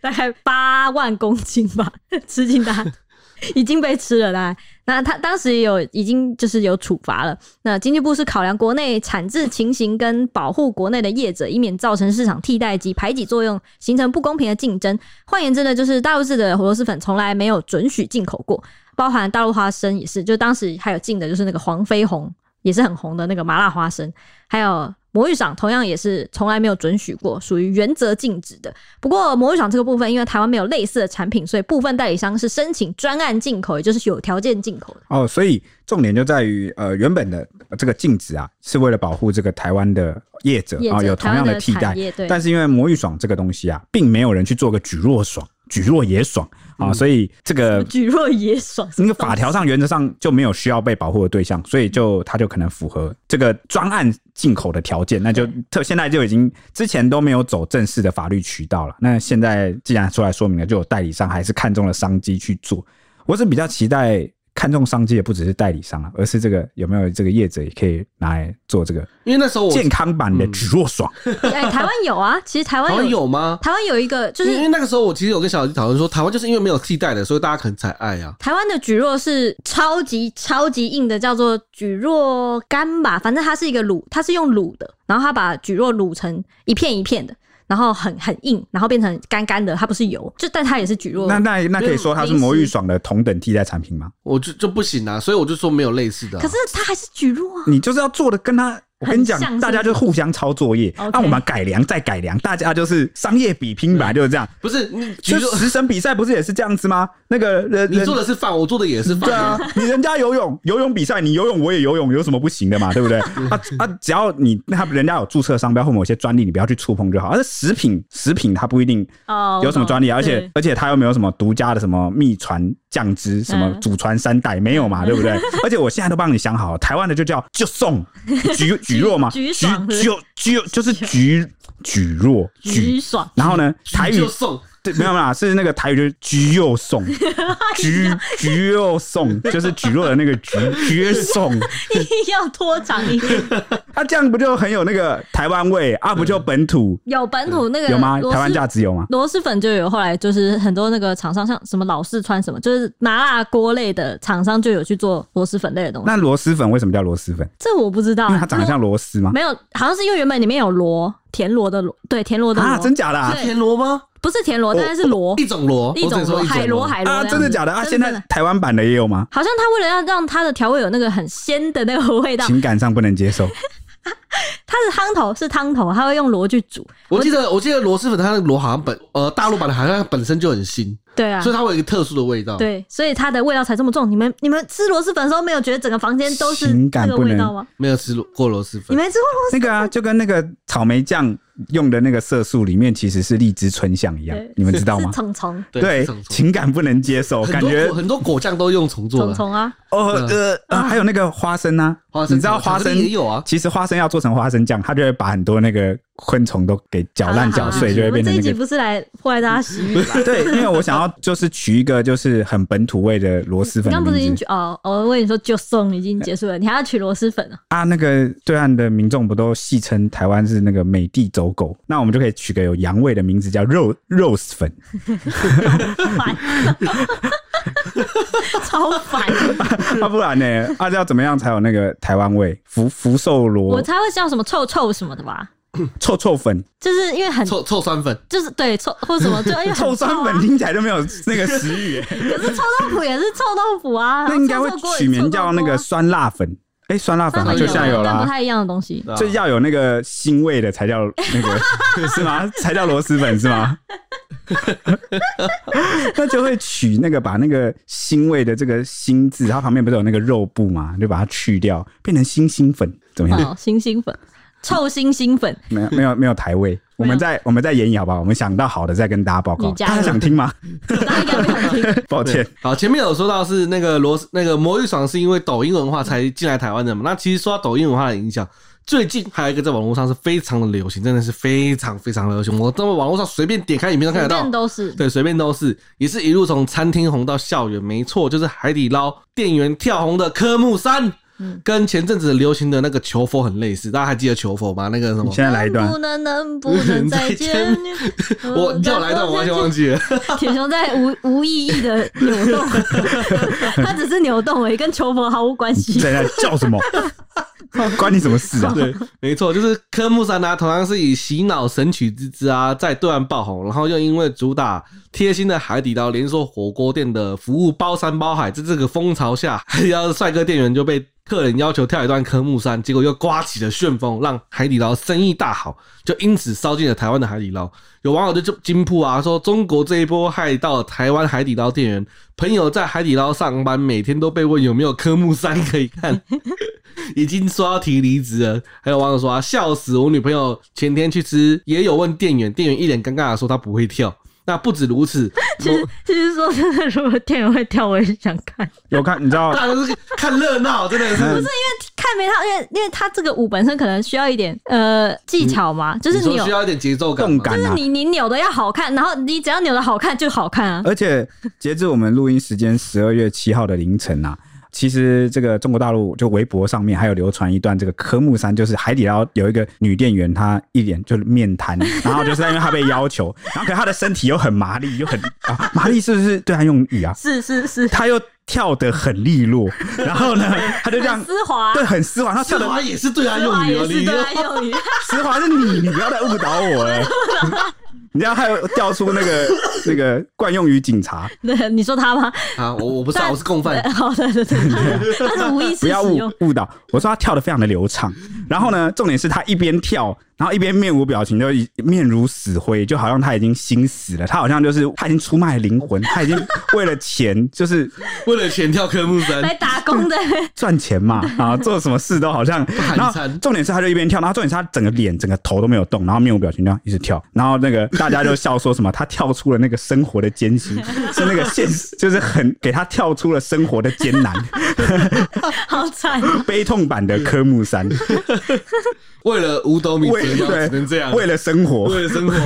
大概八万公斤吧，吃进大家已经被吃了，大概。那他当时也有已经就是有处罚了。那经济部是考量国内产制情形跟保护国内的业者，以免造成市场替代及排挤作用，形成不公平的竞争。换言之呢，就是大陆制的火螺蛳粉从来没有准许进口过，包含大陆花生也是，就当时还有进的就是那个黄飞鸿，也是很红的那个麻辣花生，还有。魔芋爽同样也是从来没有准许过，属于原则禁止的。不过魔芋爽这个部分，因为台湾没有类似的产品，所以部分代理商是申请专案进口，也就是有条件进口的。哦，所以重点就在于，呃，原本的呃这个禁止啊，是为了保护这个台湾的业者业啊、者有同台样湾的的替代产业对。但是因为魔芋爽这个东西啊，并没有人去做个举弱爽，举弱也爽啊、嗯所以这个举若也爽，那个法条上原则上就没有需要被保护的对象，所以就它就可能符合这个专案进口的条件，那就特现在就已经之前都没有走正式的法律渠道了。那现在既然出来说明了，就有代理商还是看中了商机去做。我是比较期待看中商机的不只是代理商啊，而是这个有没有这个业者也可以拿来做这个因为那时候我健康版的蒟若爽。 哎、台湾有啊，其实台湾好像有，有吗？台湾有一个，就因是嗯为那个时候我其实有跟小老弟讨论说，台湾就是因为没有替代的，所以大家可能才爱啊。台湾的蒟蒻是超级超级硬的，叫做蒟蒻干吧，反正它是一个卤，它是用卤的，然后它把蒟蒻卤成一片一片的，然后很很硬，然后变成干干的，它不是油，就但它也是蒟蒻。那那那可以说它是魔芋爽的同等替代产品吗？我就就不行啊，所以我就说没有类似的啊、可是它还是蒟蒻啊，你就是要做的跟它我跟你讲很像，是大家就互相抄作业， OK 那、我们改良再改良，大家就是商业比拼吧，就是这样。不是你，举就个食神比赛不是也是这样子吗？那个人你人做的是饭，我做的也是饭。对啊，你人家游泳游泳比赛，你游泳我也游泳，有什么不行的嘛？对不对？嗯啊啊，只要你他人家有注册商标或某些专利，你不要去触碰就好。而、食品食品它不一定哦，有什么专利啊，我而懂且而且它又没有什么独家的什么秘传酱汁，什么嗯祖传三代没有嘛，对不 对？而且我现在都帮你想好，台湾的就叫就送菊菊 若嘛，菊菊爽是不是就菊就是菊菊若对菊菊，嗯爽，然后呢举台语就送，对，没有啦，是那个台语就是橘又送， 橘橘又送，就是橘若的那个橘橘送， 要拖 长一点。啊，这样不就很有那个台湾味啊？不就本土有本土那个有吗？嗯螺台湾蛳价值有吗？螺蛳粉就有，后来就是很多那个厂商，像什么老四川什么，就是麻辣锅类的厂商就有去做螺蛳粉类的东西。那螺蛳粉为什么叫螺蛳粉？这我不知道，因为它长得像螺丝吗螺，？没有，好像是因为原本里面有螺，田螺的螺，对，田螺的螺，啊，真假的啊？对田螺吗？不是田螺，哦但是是螺，一种螺，一我只种能说螺，一种海螺，海螺这啊，样子，真的假的啊？现哦真的在台湾版的也有吗？好像他为了要让它的调味有那个很鲜的那个味道，情感上不能 接受，它的汤头是汤头，他会用螺去煮。我记得我记得螺蛳粉，它的螺好像本呃大陆版的好像本身就很腥，对啊所，以它会有一个特殊的味嗯道。，对，所以它的味道才这么重。你们你们吃螺蛳粉的时候，没有觉得整个房间都是这情感个不味能道吗？没有吃过螺蛳你粉，没吃过螺那个啊，就跟那个草莓酱用的那个色素里面其实是荔枝醇香一样对，你们知道是 吗？虫虫对是这种，情感不能接受，很感多觉果很多果酱都用虫做虫的，虫啊，哦呃啊，还有那个花生啊，花生你知道巧花克力生也有啊其实花生要做成花生酱，它就会把很多那个昆虫都给搅烂好啦搅好啦碎，就会啊我们变这成一那集个。不是来破坏大家食欲吧？ 对，因为我想要就是取一个就是很本土味的螺蛳你粉刚的不是已经名举字哦，我跟你说就送已经结束了，你还要取螺蛳 粉啊？啊，那个对岸的民众不都戏称台湾是那个美帝走狗，那我们就可以取个有洋味的名字叫肉肉 丝粉，烦，超烦！啊不然呢，啊要怎么样才有那个台湾味？福福寿我螺猜会叫什么臭臭什么的吧？臭臭粉，就是因为很臭臭酸粉，就是对臭或什么， 就因为很臭酸啊粉听起来就没有那个 食欲耶。可是臭豆腐也是臭豆腐啊， 那应该会取名叫那个酸辣粉。哎、酸辣粉然后好臭豆腐像锅现在有但不啦，太一样的东西。对啊就要有那个腥味的才叫那个是吗？才叫螺蛳粉是吗？ 那就会取那个把那个腥味的这个腥字，它旁边不是有那个肉部嘛，就把它去掉，变成星星粉，怎么嗯样？哦，星星粉，臭星星粉，没有没有没有台味，我们再我们再演绎好不好？我们想到好的再跟大家报告。你加大家入想听吗？大家应该没有听。抱歉，好，前面有说到是那个螺那个魔芋爽是因为抖音文化才进来台湾的嘛？那其实说到抖音文化的影响，最近还有一个在网络上是非常的流行，真的是非常非常流行。我在网络上随便点开影片都看得反到正，都是 对，随便都是，也是一路从餐厅红到校园，没错，就是海底捞店员跳红的科目三，跟前阵子流行的那个求佛很类似，大家还记得求佛吗？那个什你么，现在来一段能不。能能不能再见？ 嗯我你叫我来一段，我完全忘记了。 铁熊在无无意义的扭 动，他只是扭动而已，跟求佛毫无关系。在那叫什么？关你什么事啊？对，没错，就是科目三啊，同样是以洗脑神曲之姿啊，在对岸爆红，然后又因为主打贴心的海底捞连锁火锅店的服务包山包海，在这个风潮下，海底捞的帅哥店员就被客人要求跳一段科目三，结果又刮起了旋风，让海底捞生意大好，就因此烧进了台湾的海底捞。有网友就就惊呼啊，说中国这一波害到了台湾海底捞店员，朋友在海底捞上班，每天都被问有没有科目三可以看。 已经说要提离职了。还有网友说啊，笑死！我女朋友前天去吃，也有问店员，店员一脸尴尬的说她不会跳。那不止如此，其实其实说真的，如果店员会跳，我也想看。有看你知 道？大家都是看热闹，真的是。看没他，因为因为他这个舞本身可能需要一点呃技巧嘛，就是嗯你你说有需，要一点节奏感动嘛，感就是啊！你你扭的要好看，然后你只要扭的好看就好看啊。呃而且截至我们录音时间十二月七号的凌晨啊，其实这个中国大陆就微博上面还有流传一段这个科目三，就是海底捞有一个女店员，她一脸就是面瘫，然后就是因为她被要求， 然后可是她的身体又很麻利，又很啊麻利是不是对她用语啊？是是是，她又跳得很利落，然后呢，她就这样很。丝滑，啊对，很丝滑，她这跳的玩意也是对他丝用滑语也哦，是你对他用语。丝滑是你，你不要再误导我了。 你知道还有调出那个那个惯用语警察，对， 你说他吗？啊，我我不是啊，但我是共犯对， 好的，对对， 对他是无意识不要使误用，误导。我说他跳的非常的流畅，然后呢，重点是他一边跳，然后一边面无表情，就一面如死灰，就好像他已经心死了，他好像就是他已经出卖灵魂，他已经为了钱就是为了钱跳科目 三，来打工的，赚钱嘛，啊，做什么事都好像。寒然后蝉重点是他就一边跳，然后重点是他整个脸、整个头都没有动，然后面无表情这样一直跳，然后那个大家就笑说什么他跳出了那个生活的艰辛，是那个现实，就是很给他跳出了生活的艰难，好惨哦。悲痛版的科目三，为了五斗米折为腰，只能这对样，为了生活，为了生活。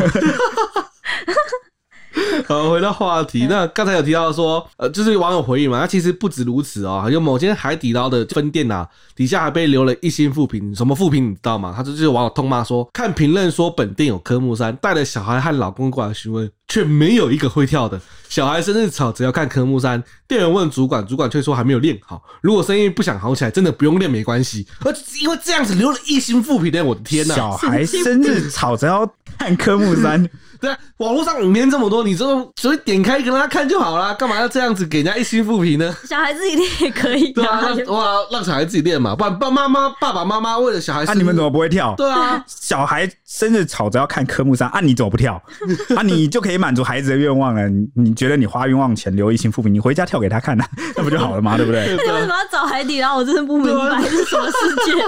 好，回到话题，那刚才有提到说，呃，就是网友回应嘛，那其实不止如此哦，有某间海底捞的分店啊，底下还被留了一星负评，什么负评你知道吗？他就是有网友痛骂说，看评论说本店有科目三，带了小孩和老公过来询问，却没有一个会跳的，小孩生日吵着要看科目三，店员问主管，主管却说还没有练好，如果生意不想好起来，真的不用练没关系，而因为这样子留了一星负评哎的，我的天呐、小孩生日吵着要看科目 三，对啊，网络上影片这么多，你这种所以点开给大家看就好啦，干嘛要这样子给人家一星负评呢？小孩自己练也可以对啊，啊，让 哇让小孩自己练嘛，不然爸妈妈爸爸妈妈为了小孩啊，生日你们怎么不会跳？对 啊？小孩生日吵着要看科目三，啊，你怎么不 跳？啊，你就可以满足孩子的愿望了。你你觉得你花冤枉钱留一星复评，你回家跳给他看啊， 那不就好 了吗？对不对？为什么要找海底捞？我真的不明啊白是什么世界。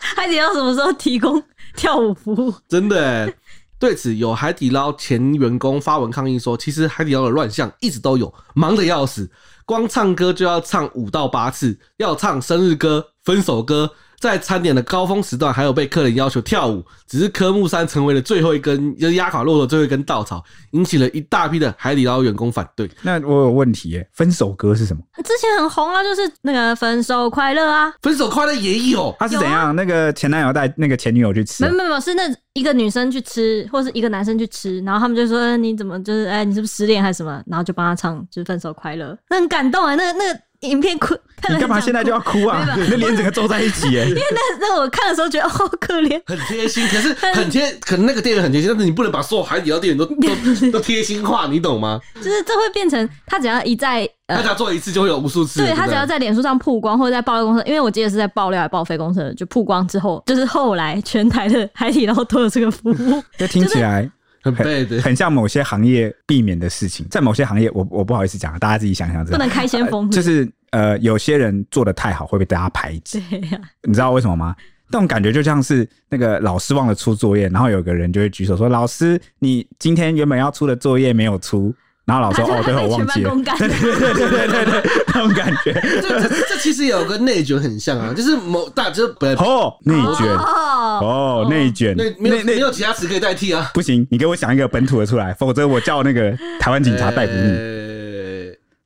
海底捞什么时候提供跳舞服务？真的欸。对此，有海底捞前员工发文抗议说，其实海底捞的乱象一直都有，忙得要死，光唱歌就要唱五到八次，要唱生日歌、分手歌，在餐点的高峰时段还有被客人要求跳舞，只是科目三成为了最后一根，就是压垮骆驼最后一根稻草，引起了一大批的海底捞员工反对。那我有问题耶，分手歌是什么？之前很红啊，就是那个分手快乐啊，分手快乐也 有，他是怎样？那个前男友带那个前女友去吃啊没有没有没有，是那一个女生去吃，或是一个男生去吃，然后他们就说哎你怎么就是哎、你是不是失恋还是什么，然后就帮他唱就是分手快乐，那很感动啊、那那个影片 哭，看了你干嘛现在就要哭啊？你的脸整个皱在一 起耶！那那我看的时候觉得哦好可 怜，很贴心，可是很贴，可能那个店员很贴心，但是你不能把所有海底捞店员都都都贴心化，你懂吗？就是这会变成他只要一在他呃只要做一次就会有无数次了，对他不只要在脸书上曝光，或者在爆料公司，因为我记得是在爆料还是报废公司，就曝光之后，就是后来全台的海底捞都有这个服 务。这听起来很背的。很像某些行业避免的事情，在某些行业，我我不好意思讲，大家自己想想。不能开先锋呃就是呃，有些人做的太好会被大家排挤， 对呀、你知道为什么吗？那种感觉就像是那个老师忘了出作业，然后有个人就会举手说：“老师，你今天原本要出的作业没有出。”然后老师说：“他哦，就对，还我被忘全班记了。公干，对”对对对对对，那种感觉。哎这这这其实也有跟内卷很像啊，就是某大就是本来哦，内卷，哦，哦，内卷，那没有内没内有其他词可以代替啊。不行，你给我想一个本土的出来，否则我叫那个台湾警察逮捕你。呃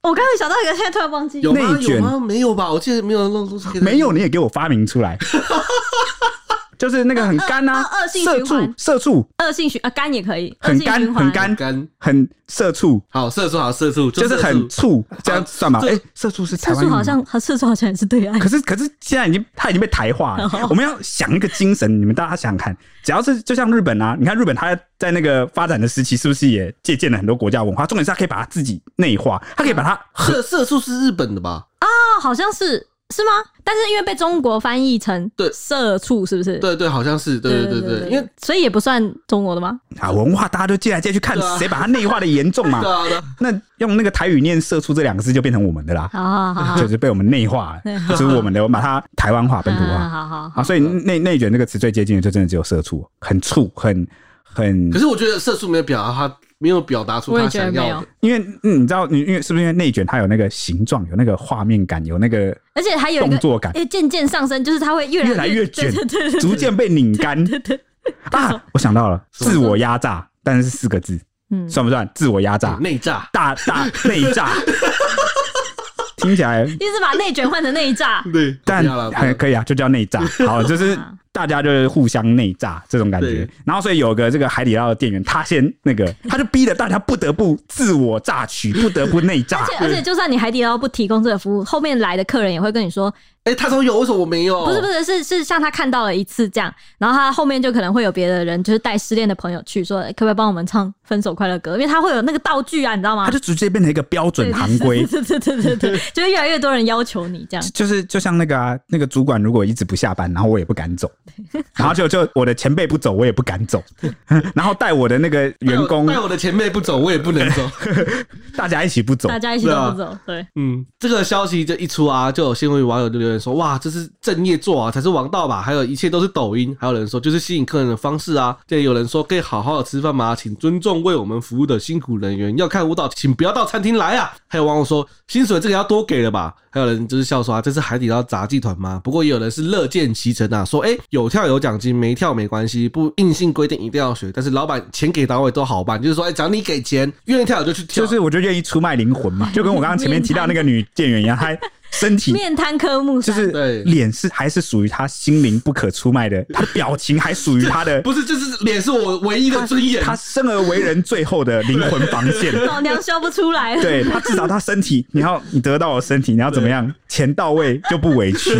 我刚刚想到一个，现在突然忘记。有吗？内有卷吗？没有吧？我记得没有弄东西可以代替。没有，你也给我发明出来。就是那个很干啊恶恶恶，性社循环畜，社畜，恶性循啊，干也可以，很恶性干循环很干干。很社畜，好，色素好，色素就是色素很醋，这样算吧？对哎、社畜是台厕湾所人吗好像，和厕所好像也是对 岸可。是可是现在已经他已经被台化了。我们要想一个精神，你们大家想想看，只要是就像日本啊，你看日本它在那个发展的时期，是不是也借鉴了很多国家文化？重点是它可以把它自己内化，它可以把它很色色素是日本的吧？哦，好像是是吗？但是因为被中国翻译成对社畜，是不是？对对，好像是对对对对，因为所以也不算中国的吗？啊文化，大家都借来借去看对啊，谁把它内化的严重嘛对？啊对啊，那用那个台语念“社畜”这两个字，就变成我们的啦。好好好好就是被我们内化了，就是我们的，我们把它台湾化、本土好化嗯好好好，啊，所以内内卷这个词最接近的，就真的只有社畜，很畜，很很可，是我觉得色素没有表达他没有表达出我也他觉得想没有要的。，因为嗯你知道，你因为是不是因为内卷它有那个形状，有那个画面感，有那个而且还有一动个作 感，哎，渐渐上升，就是它会越越来越对卷对对对，逐渐被拧干对啊！我想到了，自我压榨，但是是四个字，嗯，算不算自我压榨？内炸，大大内 榨，听起来一直把内卷换成内 炸，对，但不要了，不要还了可以啊，就叫内 炸。好，就是啊大家就是互相内炸这种感觉对。然后所以有个这个海底捞的店员，他先 那个，他就逼得大家不得不自我榨取，不得不内炸而。且而且，就算你海底捞不提供这个服务，后面来的客人也会跟你说：“哎、他都有，为什么我没有？哦不是不是，是是像他看到了一次这样，然后他后面就可能会有别的人，就是带失恋的朋友去说，欸可不可以帮我们唱《分手快乐歌》？因为他会有那个道具啊，你知道吗它？就直接变成一个标准行 规，对对对对对， 就会越来越多人要求你这样。就是就像那个啊，那个主管如果一直不下班，然后我也不敢 走，然后就就我的前辈不走，我也不敢走， 然后带我的那个员工带，我的前辈不走，我也不能走。大家一起不走大，家一起都不走，啊对，嗯，这个消息就一出啊，就有新闻网友就留言说：“哇，这是正业做啊，才是王道吧？”还有一切都是抖音，还有人说就是吸引客人的方式啊。这有人说可以好好的吃饭吗？请尊重为我们服务的辛苦人员，要看舞蹈请不要到餐厅来啊。 还有网友说薪水这个要多给了吧？还有人就是笑说啊，这是海底捞杂技团吗？不过也有人是乐见其成啊，说哎、有跳有奖金，没跳没关系，不硬性规定一定要学，但是老板钱给到位都好办，就是说哎、只要你给钱，愿意跳就去跳，就是我就愿意出卖灵魂嘛，就跟我刚刚前面提到那个女店员一 样，她身体面瘫科目就三，是对脸是还是属于她心灵不可 出卖的，她的表情还属于她的，不是就是脸是我唯一的尊严。她生而为人最后的灵魂防线。老娘笑不出来了。对她至少她身体，你要你得到我身体，你要怎么样？钱到位就不委屈。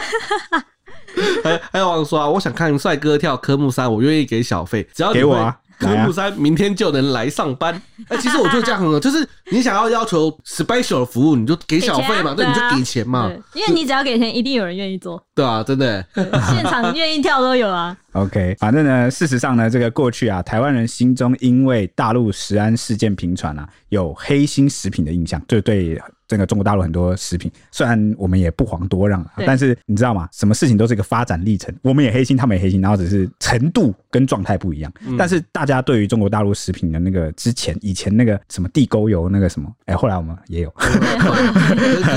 还还有网友说啊，我想看帅哥跳科目三，我愿意给小费，只要你给我会啊科来啊目三明天就能来上班。哎、其实我觉得这样很好，就是你想要要求 special 的服务，你就给小费嘛，给对，钱啊你就给钱嘛，对，因为你只要给钱，一定有人愿意 做，对啊，真的、 对现场愿意跳都有啊。 OK，反正呢，事实上呢，这个过去啊，台湾人心中因为大陆食安事件频传啊，有黑心食品的印象，就对这个中国大陆很多食品，虽然我们也不遑多让啊，对但是你知道吗？什么事情都是一个发展历程，我们也黑心，他们也黑心，然后只是程度跟状态不一样。但是大家对于中国大陆食品的那个之前以前那个什么地沟油那个什么，哎、后来我们也有，可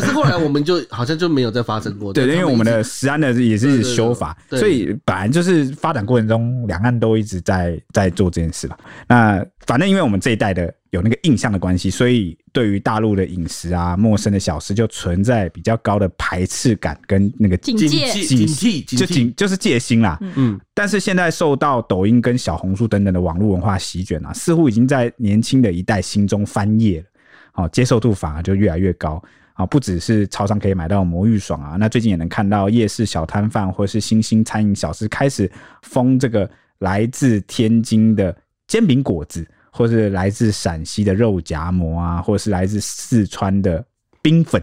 是后来我们就好像就没有再发生过。对，因为我他们的一直食安的也对是对对修法，对所以本来就是发展过程中，两岸都一直在在做这件事吧。那反正因为我们这一代的有那个印象的关系，所以对于大陆的饮食啊、陌生的小吃就存在比较高的排斥感跟那个警警戒戒警惕警就惕，警就是戒心啦。嗯，但是现在受到抖音跟小红书等等的网络文化席卷啊，似乎已经在年轻的一代心中翻页了。好、接受度反而就越来越高啊！不只是超商可以买到魔芋爽啊，那最近也能看到夜市小摊贩或是新兴餐饮小吃开始封这个来自天津的煎饼果子，或是来自陕西的肉夹馍啊，或是来自四川的冰粉，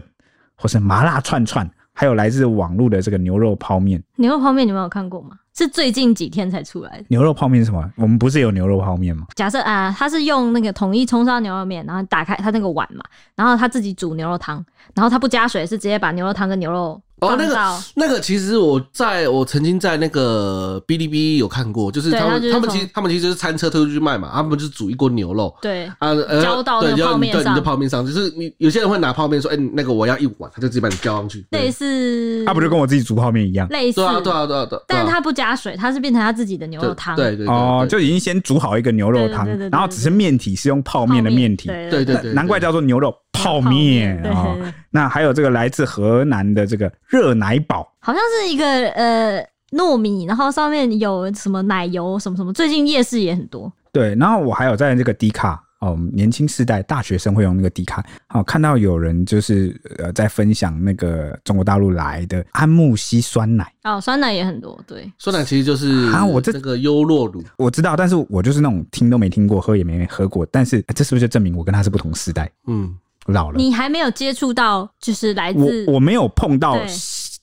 或是麻辣串串，还有来自网络的这个牛肉泡面。牛肉泡面你们有看过吗？是最近几天才出来的。牛肉泡面是什么？我们不是有牛肉泡面吗？假设啊、他是用那个统一葱烧牛肉面，然后打开他那个碗嘛，然后他自己煮牛肉汤，然后他不加水，是直接把牛肉汤跟牛肉哦放，那到、个 那个，其实我在我曾经在那个哔哩哔哩有看过，就是对他它就们是他从们其实他们其实就是餐车推出去卖嘛，他们就是煮一锅牛肉，对啊，呃浇到那对个浇泡面对，上你的泡面上，就是你有些人会拿泡面说，哎、你那个我要一碗，他就直接把你浇上去。类对似，他、不就跟我自己煮泡面一样？类似对啊，对啊，对啊，对啊。但是对啊他不加水，他是变成他自己的牛肉汤，对对对哦，对就已经先煮好一个牛肉汤对对对对，对然后只是面体是用泡面的面体，对对对对对，难怪对叫做牛肉泡面对对哦。对，那还有这个来自河南的这个热奶堡，好像是一个呃糯米，然后上面有什么奶油什么什么，最近夜市也很多，对，然后我还有在这个迪卡。哦，年轻世代大学生会用那个迪卡，哦，看到有人就是呃在分享那个中国大陆来的安慕希酸奶，哦，酸奶也很多，对，酸奶其实就是啊我这那个优酪乳，我知道，但是我就是那种听都没听过，喝也没喝过，但是呃这是不是就证明我跟他是不同世代？嗯，老了，你还没有接触到就是来自我我没有碰到对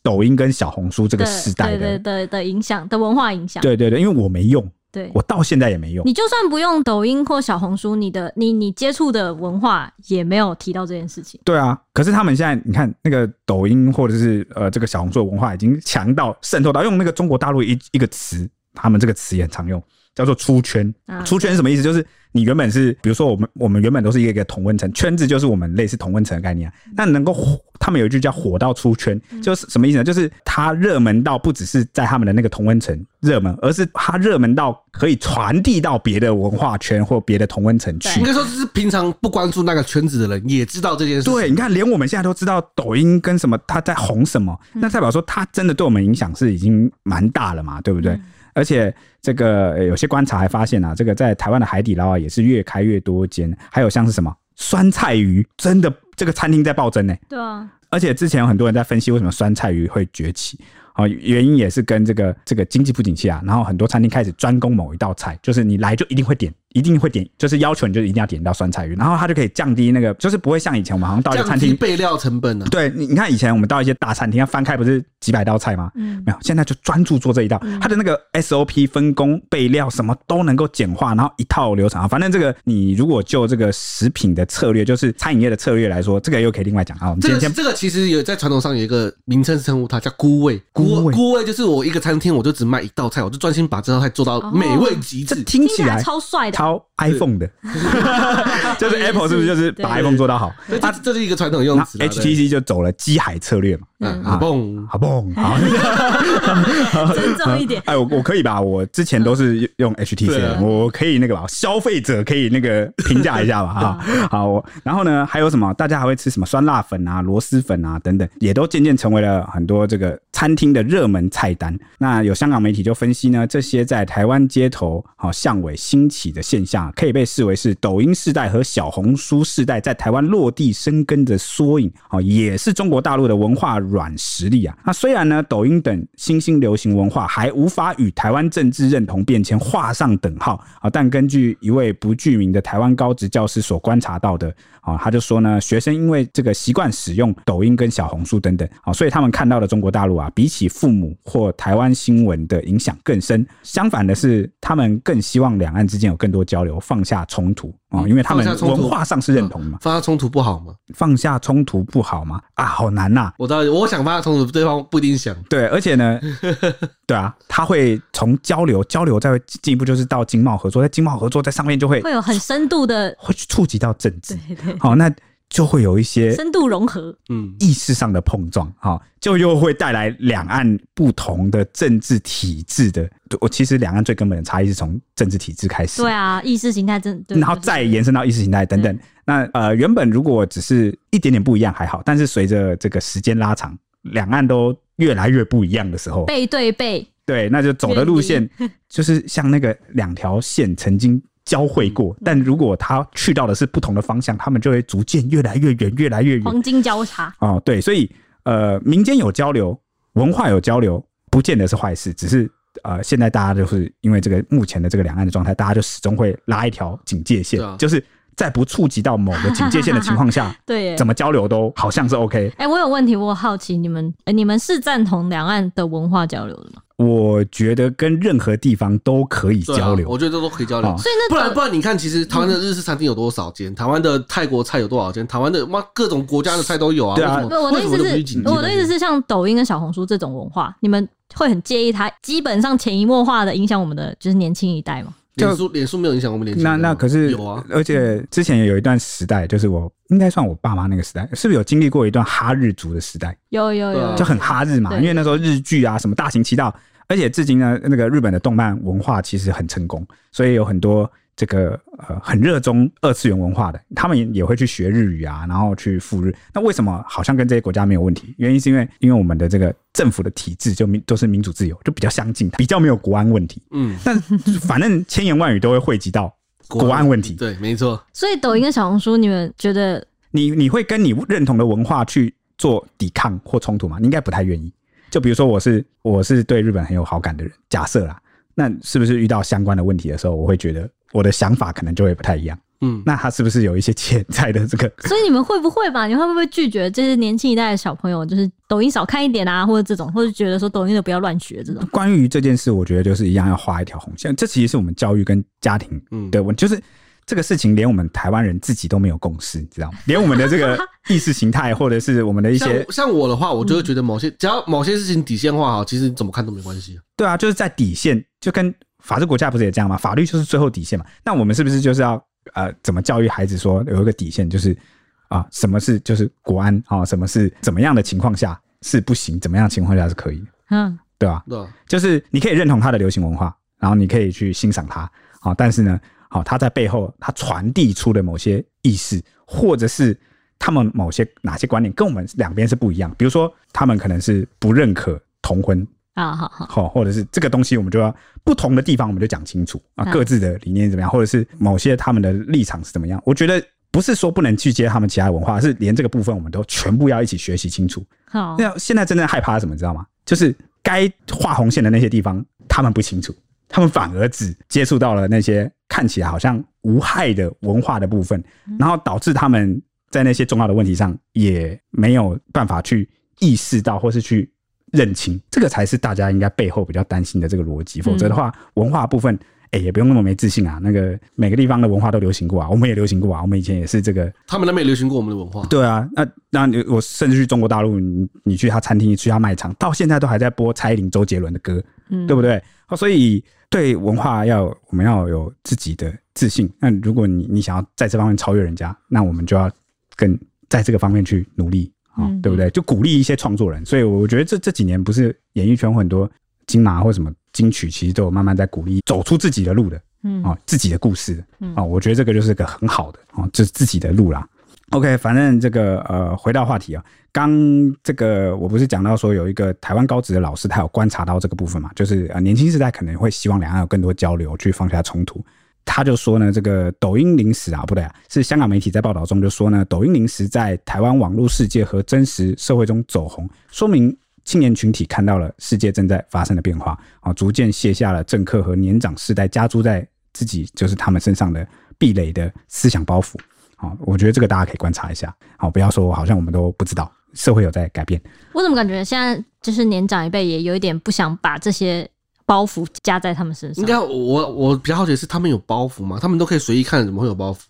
抖音跟小红书这个的时代对对的，对的影响的文化影响，对对对，因为我没用，对我到现在也没用你。就算不用抖音或小红书，你的你你接触的文化也没有提到这件事情。对啊，可是他们现在你看那个抖音或者是呃这个小红书的文化已经强到渗透到用那个中国大陆一一个词，他们这个词也很常用，叫做出圈。啊出圈是什么意思？就是你原本是比如说我们我们原本都是一个一个同温层，圈子就是我们类似同温层的概念、啊。那能够火他们有一句叫火到出圈，就是什么意思呢？就是它热门到不只是在他们的那个同温层热门，而是它热门到可以传递到别的文化圈或别的同温层去对应。该说就是平常不关注那个圈子的人也知道这件事。对，你，看，连我们现在都知道抖音跟什么它在红什么，那代表说它真的对我们影响是已经蛮大了嘛，对不对？而且这个呃有些观察还发现啊，这个在台湾的海底捞啊也是越开越多间，还有像是什么酸菜鱼，真的这个餐厅在暴增呢、对啊，而且之前有很多人在分析为什么酸菜鱼会崛起。哦，原因也是跟这个这个经济不景气啊，然后很多餐厅开始专攻某一道菜，就是你来就一定会点，一定会点，就是要求你就一定要点到酸菜鱼，然后它就可以降低那个，就是不会像以前我们好像到一个降餐低厅，备料成本呢、啊。 对你你看以前我们到一些大餐厅，它翻开不是几百道菜吗？嗯没有，现在就专注做这一道，嗯它的那个 SOP 分工、备料什么都能够简化，然后一套流程啊。反正这个你如果就这个食品的策略，就是餐饮业的策略来说，这个又可以另外讲啊。我们今这天个先这个其实有在传统上有一个名称称呼它，叫菇味。菇菇味菇味就是我一个餐厅，我就只卖一道菜，我就专心把这道菜做哦到美味极致这。听起来超帅的，超 iPhone 的，就是 Apple 是不是就是把对 iPhone 做到好？这这这是一个传统用那词啦。对 HTC 就走了机海策略嘛，嗯，啊蹦好蹦 好。尊重一 。点哎，我我可以吧？我之前都是用 HTC，嗯对的、啊我可以那个吧，消费者可以那个评价一下吧哈。 好，我然后呢，还有什么？大家还会吃什么酸辣粉啊、螺蛳粉啊等等，也都渐渐成为了很多这个餐厅的热门菜单。那有香港媒体就分析呢，这些在台湾街头好、巷尾兴起的现象，可以被视为是抖音世代和小红书世代在台湾落地生根的缩影，哦，也是中国大陆的文化软实力啊。那虽然呢，抖音等新兴流行文化还无法与台湾政治认同变迁画上等号啊，但根据一位不具名的台湾高职教师所观察到的啊，他就说呢，学生因为这个习惯使用抖音跟小红书等等啊，所以他们看到的中国大陆啊，比起父母或台湾新闻的影响更深。相反的是，他们更希望两岸之间有更多交流，放下冲突啊，因为他们嗯放下冲突嗯文化上是认同嘛，发生冲突不好吗？放下冲突不好吗？啊，好难呐、我知道，我想发生冲突，对方不一定想。对，而 且呢，对啊，他会从交流，交流再进一步就是到经贸合作，在经贸合作在上面就会会有很深度的，会去触及到政治对，对，好、那就会有一些深度融合，嗯，意识上的碰撞，哈、就又会带来两岸不同的政治体制的。我其实两岸最根本的差异是从政治体制开始，对啊，意识形态真，对然后就是再延伸到意识形态等等。那呃，原本如果只是一点点不一样还好，但是随着这个时间拉长，两岸都越来越不一样的时候，背对背，对，那就走的路线 就是像那个两条线曾经交汇嗯过，但如果他去到的是不同的方向，他们就会逐渐越来越远，越来越远。黄金交叉，，哦，对，所以呃，民间有交流，文化有交流，不见得是坏事，只是。呃，现在大家就是因为这个目前的这个两岸的状态，大家就始终会拉一条警戒线，对啊就是在不触及到某个警戒线的情况下对耶怎。么交流都好像是 OK。哎、我有问题，我好奇你们，哎你们是赞同两岸的文化交流的吗？我觉得跟任何地方都可以对啊交流，我觉得这都可以交流哦。嗯所以那不然个不然，你看，其实台湾的日式餐厅有多少间？台湾的泰国菜有多少间？台湾的妈各种国家的菜都有啊。对啊为什不，么我的意为什么都不去思是紧，接我的意思是，像抖音跟小红书这种文化，你们会很介意它基本上潜移默化的影响我们的就是年轻一代吗？脸书脸书没有影响我们脸书。那那可是有啊，而且之前也有一段时代，就是我应该算我爸妈那个时代，是不是有经历过一段哈日族的时代，有有对啊有，就很哈日嘛？哦对因为那时候日剧啊，什么大行其道，而且至今呢，那个日本的动漫文化其实很成功，所以有很多这个呃很热衷二次元文化的，他们也也会去学日语啊，然后去赴日。那为什么好像跟这些国家没有问题？原因是因为因为我们的这个政府的体制就民都是民主自由，就比较相近，比较没有国安问题。嗯，但反正千言万语都会汇集到。国安问题，对，没错。所以抖音跟小红书，你们觉得你你会跟你认同的文化去做抵抗或冲突吗？你应该不太愿意。就比如说，我是我是对日本很有好感的人，假设啦，那是不是遇到相关的问题的时候，我会觉得我的想法可能就会不太一样？嗯，那他是不是有一些潜在的这个？所以你们会不会吧？你会不会拒绝这些年轻一代的小朋友，就是抖音少看一点啊，或者这种，或者觉得说抖音的不要乱学这种？关于这件事，我觉得就是一样要画一条红线。这其实是我们教育跟家庭嗯的问题，就是这个事情连我们台湾人自己都没有共识，你知道吗？连我们的这个意识形态，或者是我们的一像些嗯像我的话，我就会觉得某些只要某些事情底线画好，其实你怎么看都没关系。对啊，就是在底线，就跟法治国家不是也这样吗？法律就是最后底线嘛。那我们是不是就是要呃，怎么教育孩子说有一个底线，就是啊、什么是就是国安啊、什么是怎么样的情况下是不行，怎么样的情况下是可以的，嗯，对吧、对吧，就是你可以认同他的流行文化，然后你可以去欣赏他啊、但是呢，好、他在背后他传递出的某些意识，或者是他们某些哪些观点跟我们两边是不一样，比如说他们可能是不认可同婚啊，好好，好，或者是这个东西，我们就要不同的地方，我们就讲清楚啊，嗯各自的理念怎么样，或者是某些他们的立场是怎么样。我觉得不是说不能去接他们其他文化，是连这个部分我们都全部要一起学习清楚。好，那现在真正害怕是什么，你知道吗？就是该画红线的那些地方，他们不清楚，他们反而只接触到了那些看起来好像无害的文化的部分，然后导致他们在那些重要的问题上也没有办法去意识到，或是去认清。这个才是大家应该背后比较担心的这个逻辑，否则的话，文化部分。哎、也不用那么没自信啊！那个每个地方的文化都流行过啊，我们也流行过啊，我们以前也是这个他们那边也流行过我们的文化，对啊，那那你我甚至去中国大陆，你你去他餐厅，你去他卖场，到现在都还在播蔡依林、周杰伦的歌，嗯对不对？哦所以对文化要我们要有自己的自信。那如果你你想要在这方面超越人家，那我们就要更在这个方面去努力啊、嗯对不对？就鼓励一些创作人。所以我觉得这这几年不是演艺圈很多金马或什么金曲，其实都有慢慢在鼓励走出自己的路的。嗯啊、自己的故事嗯啊、我觉得这个就是个很好的啊、就是自己的路啦。OK，反正这个呃，回到话题啊，刚这个我不是讲到说有一个台湾高职的老师，他有观察到这个部分嘛，就是呃年轻时代可能会希望两岸有更多交流，去放下冲突。他就说呢，这个抖音零食啊，不对啊，是香港媒体在报道中就说呢，抖音零食在台湾网络世界和真实社会中走红，说明青年群体看到了世界正在发生的变化啊，逐渐卸下了政客和年长世代加诸在自己就是他们身上的壁垒的思想包袱。好、我觉得这个大家可以观察一下，好、不要说好像我们都不知道，社会有在改变。我怎么感觉现在就是年长一辈也有一点不想把这些包袱加在他们身上应？该我我比较好奇的是他们有包袱吗？他们都可以随意看，怎么会有包袱？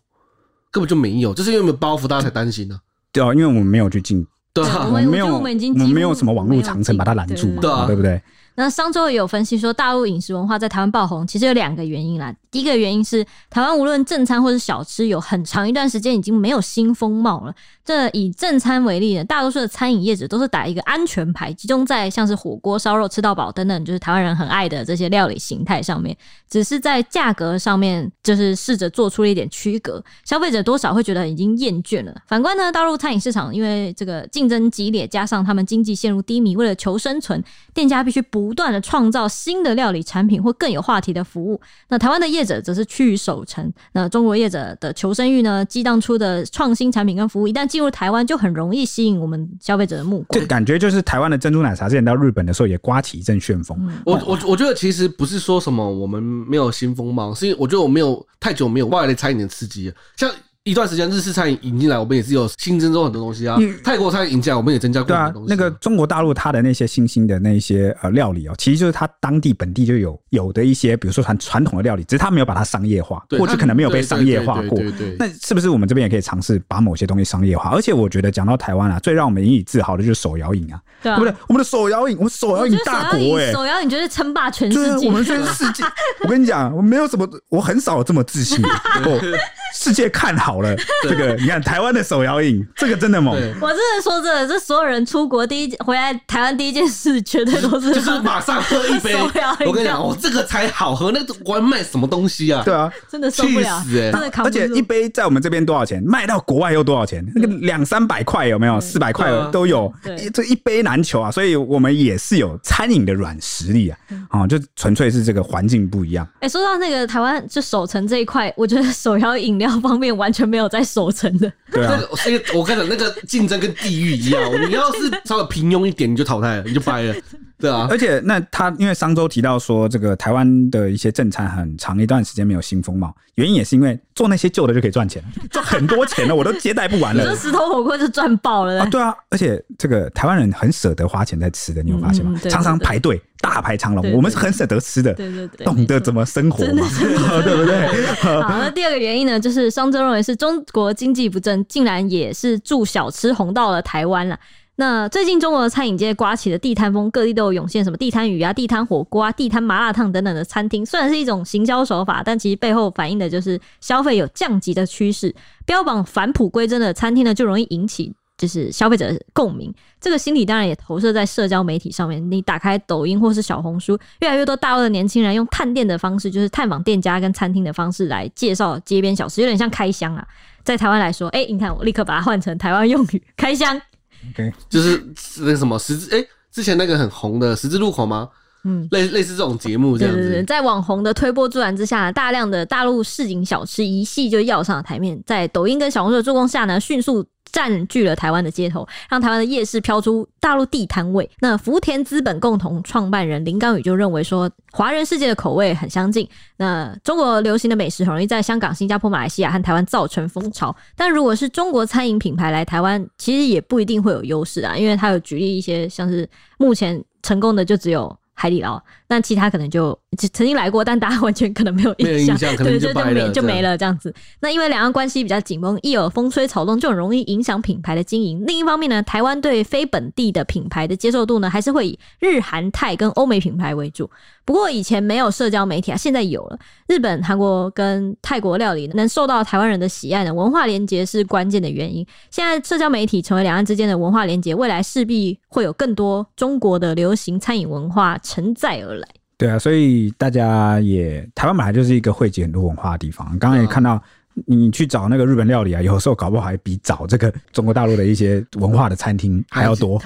根本就没有，就是因为没有包袱，大家才担心呢、对啊，因为我们没有去进，对我啊们，们没有，我觉得我们已经几乎没有什么网络长城把它拦住嘛，没有进对不对？那上周也有分析说，大陆饮食文化在台湾爆红，其实有两个原因啦。第一个原因是，台湾无论正餐或是小吃，有很长一段时间已经没有新风貌了。这以正餐为例呢，大多数的餐饮业者都是打一个安全牌，集中在像是火锅、烧肉、吃到饱等等，就是台湾人很爱的这些料理形态上面。只是在价格上面，就是试着做出了一点区隔，消费者多少会觉得已经厌倦了。反观呢，大陆餐饮市场因为这个竞争激烈，加上他们经济陷入低迷，为了求生存，店家必须不断的创造新的料理产品或更有话题的服务。那台湾的业者则是趋于守成，那中国业者的求生欲呢，激荡出的创新产品跟服务，一旦进入台湾，就很容易吸引我们消费者的目光就。感觉就是台湾的珍珠奶茶之前到日本的时候也刮起一阵旋风，嗯我我我觉得其实不是说什么我们没有新风貌，是因为我觉得我没有太久没有外来餐饮的刺激了，啊像。一段时间，日式餐饮引进来，我们也是有新增加很多东西啊。泰国餐饮引进来，我们也增加过嗯对很啊多东，西、那个中国大陆它的那些新兴的那些呃料理哦，其实就是它当地本地就有有的一些，比如说传传统的料理，只是它没有把它商业化，对或者它可能没有被对对商业化过对对对对。 那是不是我们这边也可以尝试把某些东西商业化？而且我觉得讲到台湾啊，最让我们引以自豪的就是手摇饮啊，对对啊不，对？我们的手摇饮，我们手摇我饮觉得欸大手摇国饮，哎、手摇饮就是称霸全对世啊，界。我们全世 界，我跟你讲，我没有什么，我很少这么 自信。我世界看好了，这个你看台湾的手摇饮，这个真的猛。对， 我真的说真的，这所有人出国第一回来台湾第一件事，绝对都是 就是马上喝一 杯受不了。我跟你讲，我这个才好喝，那个外卖什么东西啊？对啊， 真的受不了，气死欸真的扛不而住。且一杯在我们这边多少钱？卖到国外又多少钱？那个两三百块有没有？四百块对啊都有对，一这一杯难求啊！所以我们也是有餐饮的软实力啊，嗯啊，就纯粹是这个环境不一样。哎、说到那个台湾就守城这一块，我觉得手摇饮料方面完全没有在守城的。对啊那，个，所以我跟你讲，那个竞争跟地狱一样。你要是稍微平庸一点，你就淘汰了，你就掰了。对啊，而且那他因为商周提到说，这个台湾的一些正餐很长一段时间没有新风貌，原因也是因为做那些旧的就可以赚钱， 赚很多钱了，我都接待不完你 说了。石头火锅就赚爆了、啊，对啊，而且这个台湾人很舍得花钱在吃的，你有发现吗嗯？对常常对对排队，大排长对龙，对我们是很舍得吃的，对对对懂得怎么生活真的嘛，对不对？ 好，那第二个原因呢，就是商周认为是中国经济不振，竟然也是助小吃红到了台湾了。那最近中国的餐饮界刮起的地摊风，各地都有涌现什么地摊鱼啊、地摊火锅啊、地摊麻辣烫等等的餐厅。虽然是一种行销手法，但其实背后反映的就是消费有降级的趋势。标榜返璞归真的餐厅呢，就容易引起就是消费者的共鸣。这个心理当然也投射在社交媒体上面。你打开抖音或是小红书，越来越多大陆的年轻人用探店的方式，就是探访店家跟餐厅的方式来介绍街边小吃，有点像开箱啊。在台湾来说，哎、你看我立刻把它换成台湾用语，开箱。就是那个什么十字哎、之前那个很红的十字路口吗？嗯，类类似这种节目这对样对对，子。在网红的推波助澜之下，大量的大陆市井小吃一系就跃上了台面，在抖音跟小红书的助攻下呢，迅速占据了台湾的街头，让台湾的夜市飘出大陆地摊味。那福田资本共同创办人林刚宇就认为说，华人世界的口味很相近，那中国流行的美食很容易在香港、新加坡、马来西亚和台湾造成风潮，但如果是中国餐饮品牌来台湾，其实也不一定会有优势啊，因为他有举例一些像是目前成功的就只有海底捞，那其他可能就只曾经来过，但大家完全可能没有没有印象，印象可能对，就就掰了没就这样没了这样子。那因为两岸关系比较紧绷，一有风吹草动就很容易影响品牌的经营。另一方面呢，台湾对非本地的品牌的接受度呢，还是会以日韩泰跟欧美品牌为主。不过以前没有社交媒体啊，现在有了。日本、韩国跟泰国料理能受到台湾人的喜爱呢，文化连结是关键的原因。现在社交媒体成为两岸之间的文化连结，未来势必会有更多中国的流行餐饮文化承载而来。对啊，所以大家也台湾本来就是一个汇集很多文化的地方。刚刚也看嗯到，你去找那个日本料理啊，有时候搞不好还比找这个中国大陆的一些文化的餐厅还要多，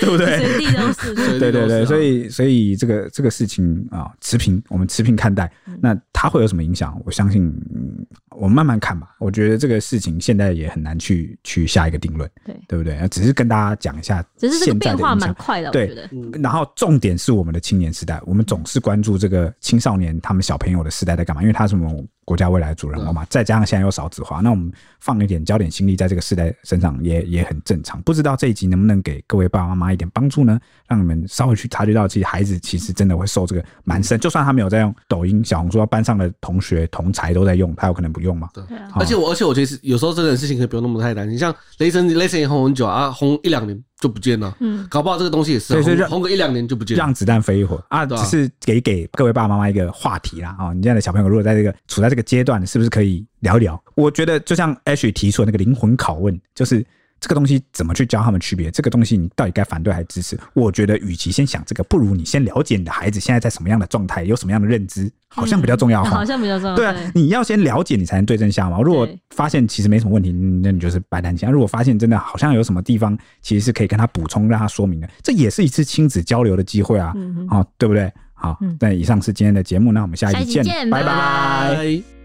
对不对？随地都是。啊对对对对，所以以所以这个这个事情啊、持平，我们持平看待。嗯那它会有什么影响？我相信，嗯我们慢慢看吧。我觉得这个事情现在也很难去去下一个定论，对对不对？那只是跟大家讲一下只是这现个在变的化影蛮响。快的，我对觉得。然后重点是我们的青年时代，我们总是关注这个青少年他们小朋友的时代在干嘛，因为他是我们国家未来的主人翁嘛。再加上现在又少子化，那我们放一点焦点心力在这个时代身上也也很正常。不知道这一集能不能给各位爸爸妈妈一点帮助呢？让你们稍微去察觉到，其实孩子其实真的会受这个蛮深，就算他没有在用抖音、小红书，啊班上的同学同才都在用，他有可能不用嘛。好而且我而且我觉得是有时候这种事情可以不用那么太担心，像雷神雷神也红很久啊，红一两年就不见了，嗯，搞不好这个东西也是啊所以所以红让红个一两年就不见了。让子弹飞一会儿啊！对只啊是给给各位爸爸妈妈一个话题啦啊、哦！你现在的小朋友如果在这个处在这个阶段，是不是可以聊一聊？我觉得就像 Ash 提出的那个灵魂拷问，就是这个东西怎么去教他们区别？这个东西你到底该反对还是支持？我觉得与其先想这个，不如你先了解你的孩子现在在什么样的状态，有什么样的认知，好像比较重要哈。好像比较重要。对啊，你要先了解，你才能对症下药。如果对发现其实没什么问题，嗯那你就是白担心；啊如果发现真的好像有什么地方，其实是可以跟他补充，让他说明的，这也是一次亲子交流的机会啊，嗯哼哦，对不对？好嗯，那以上是今天的节目，那我们下一下一集集见，见拜拜拜拜拜。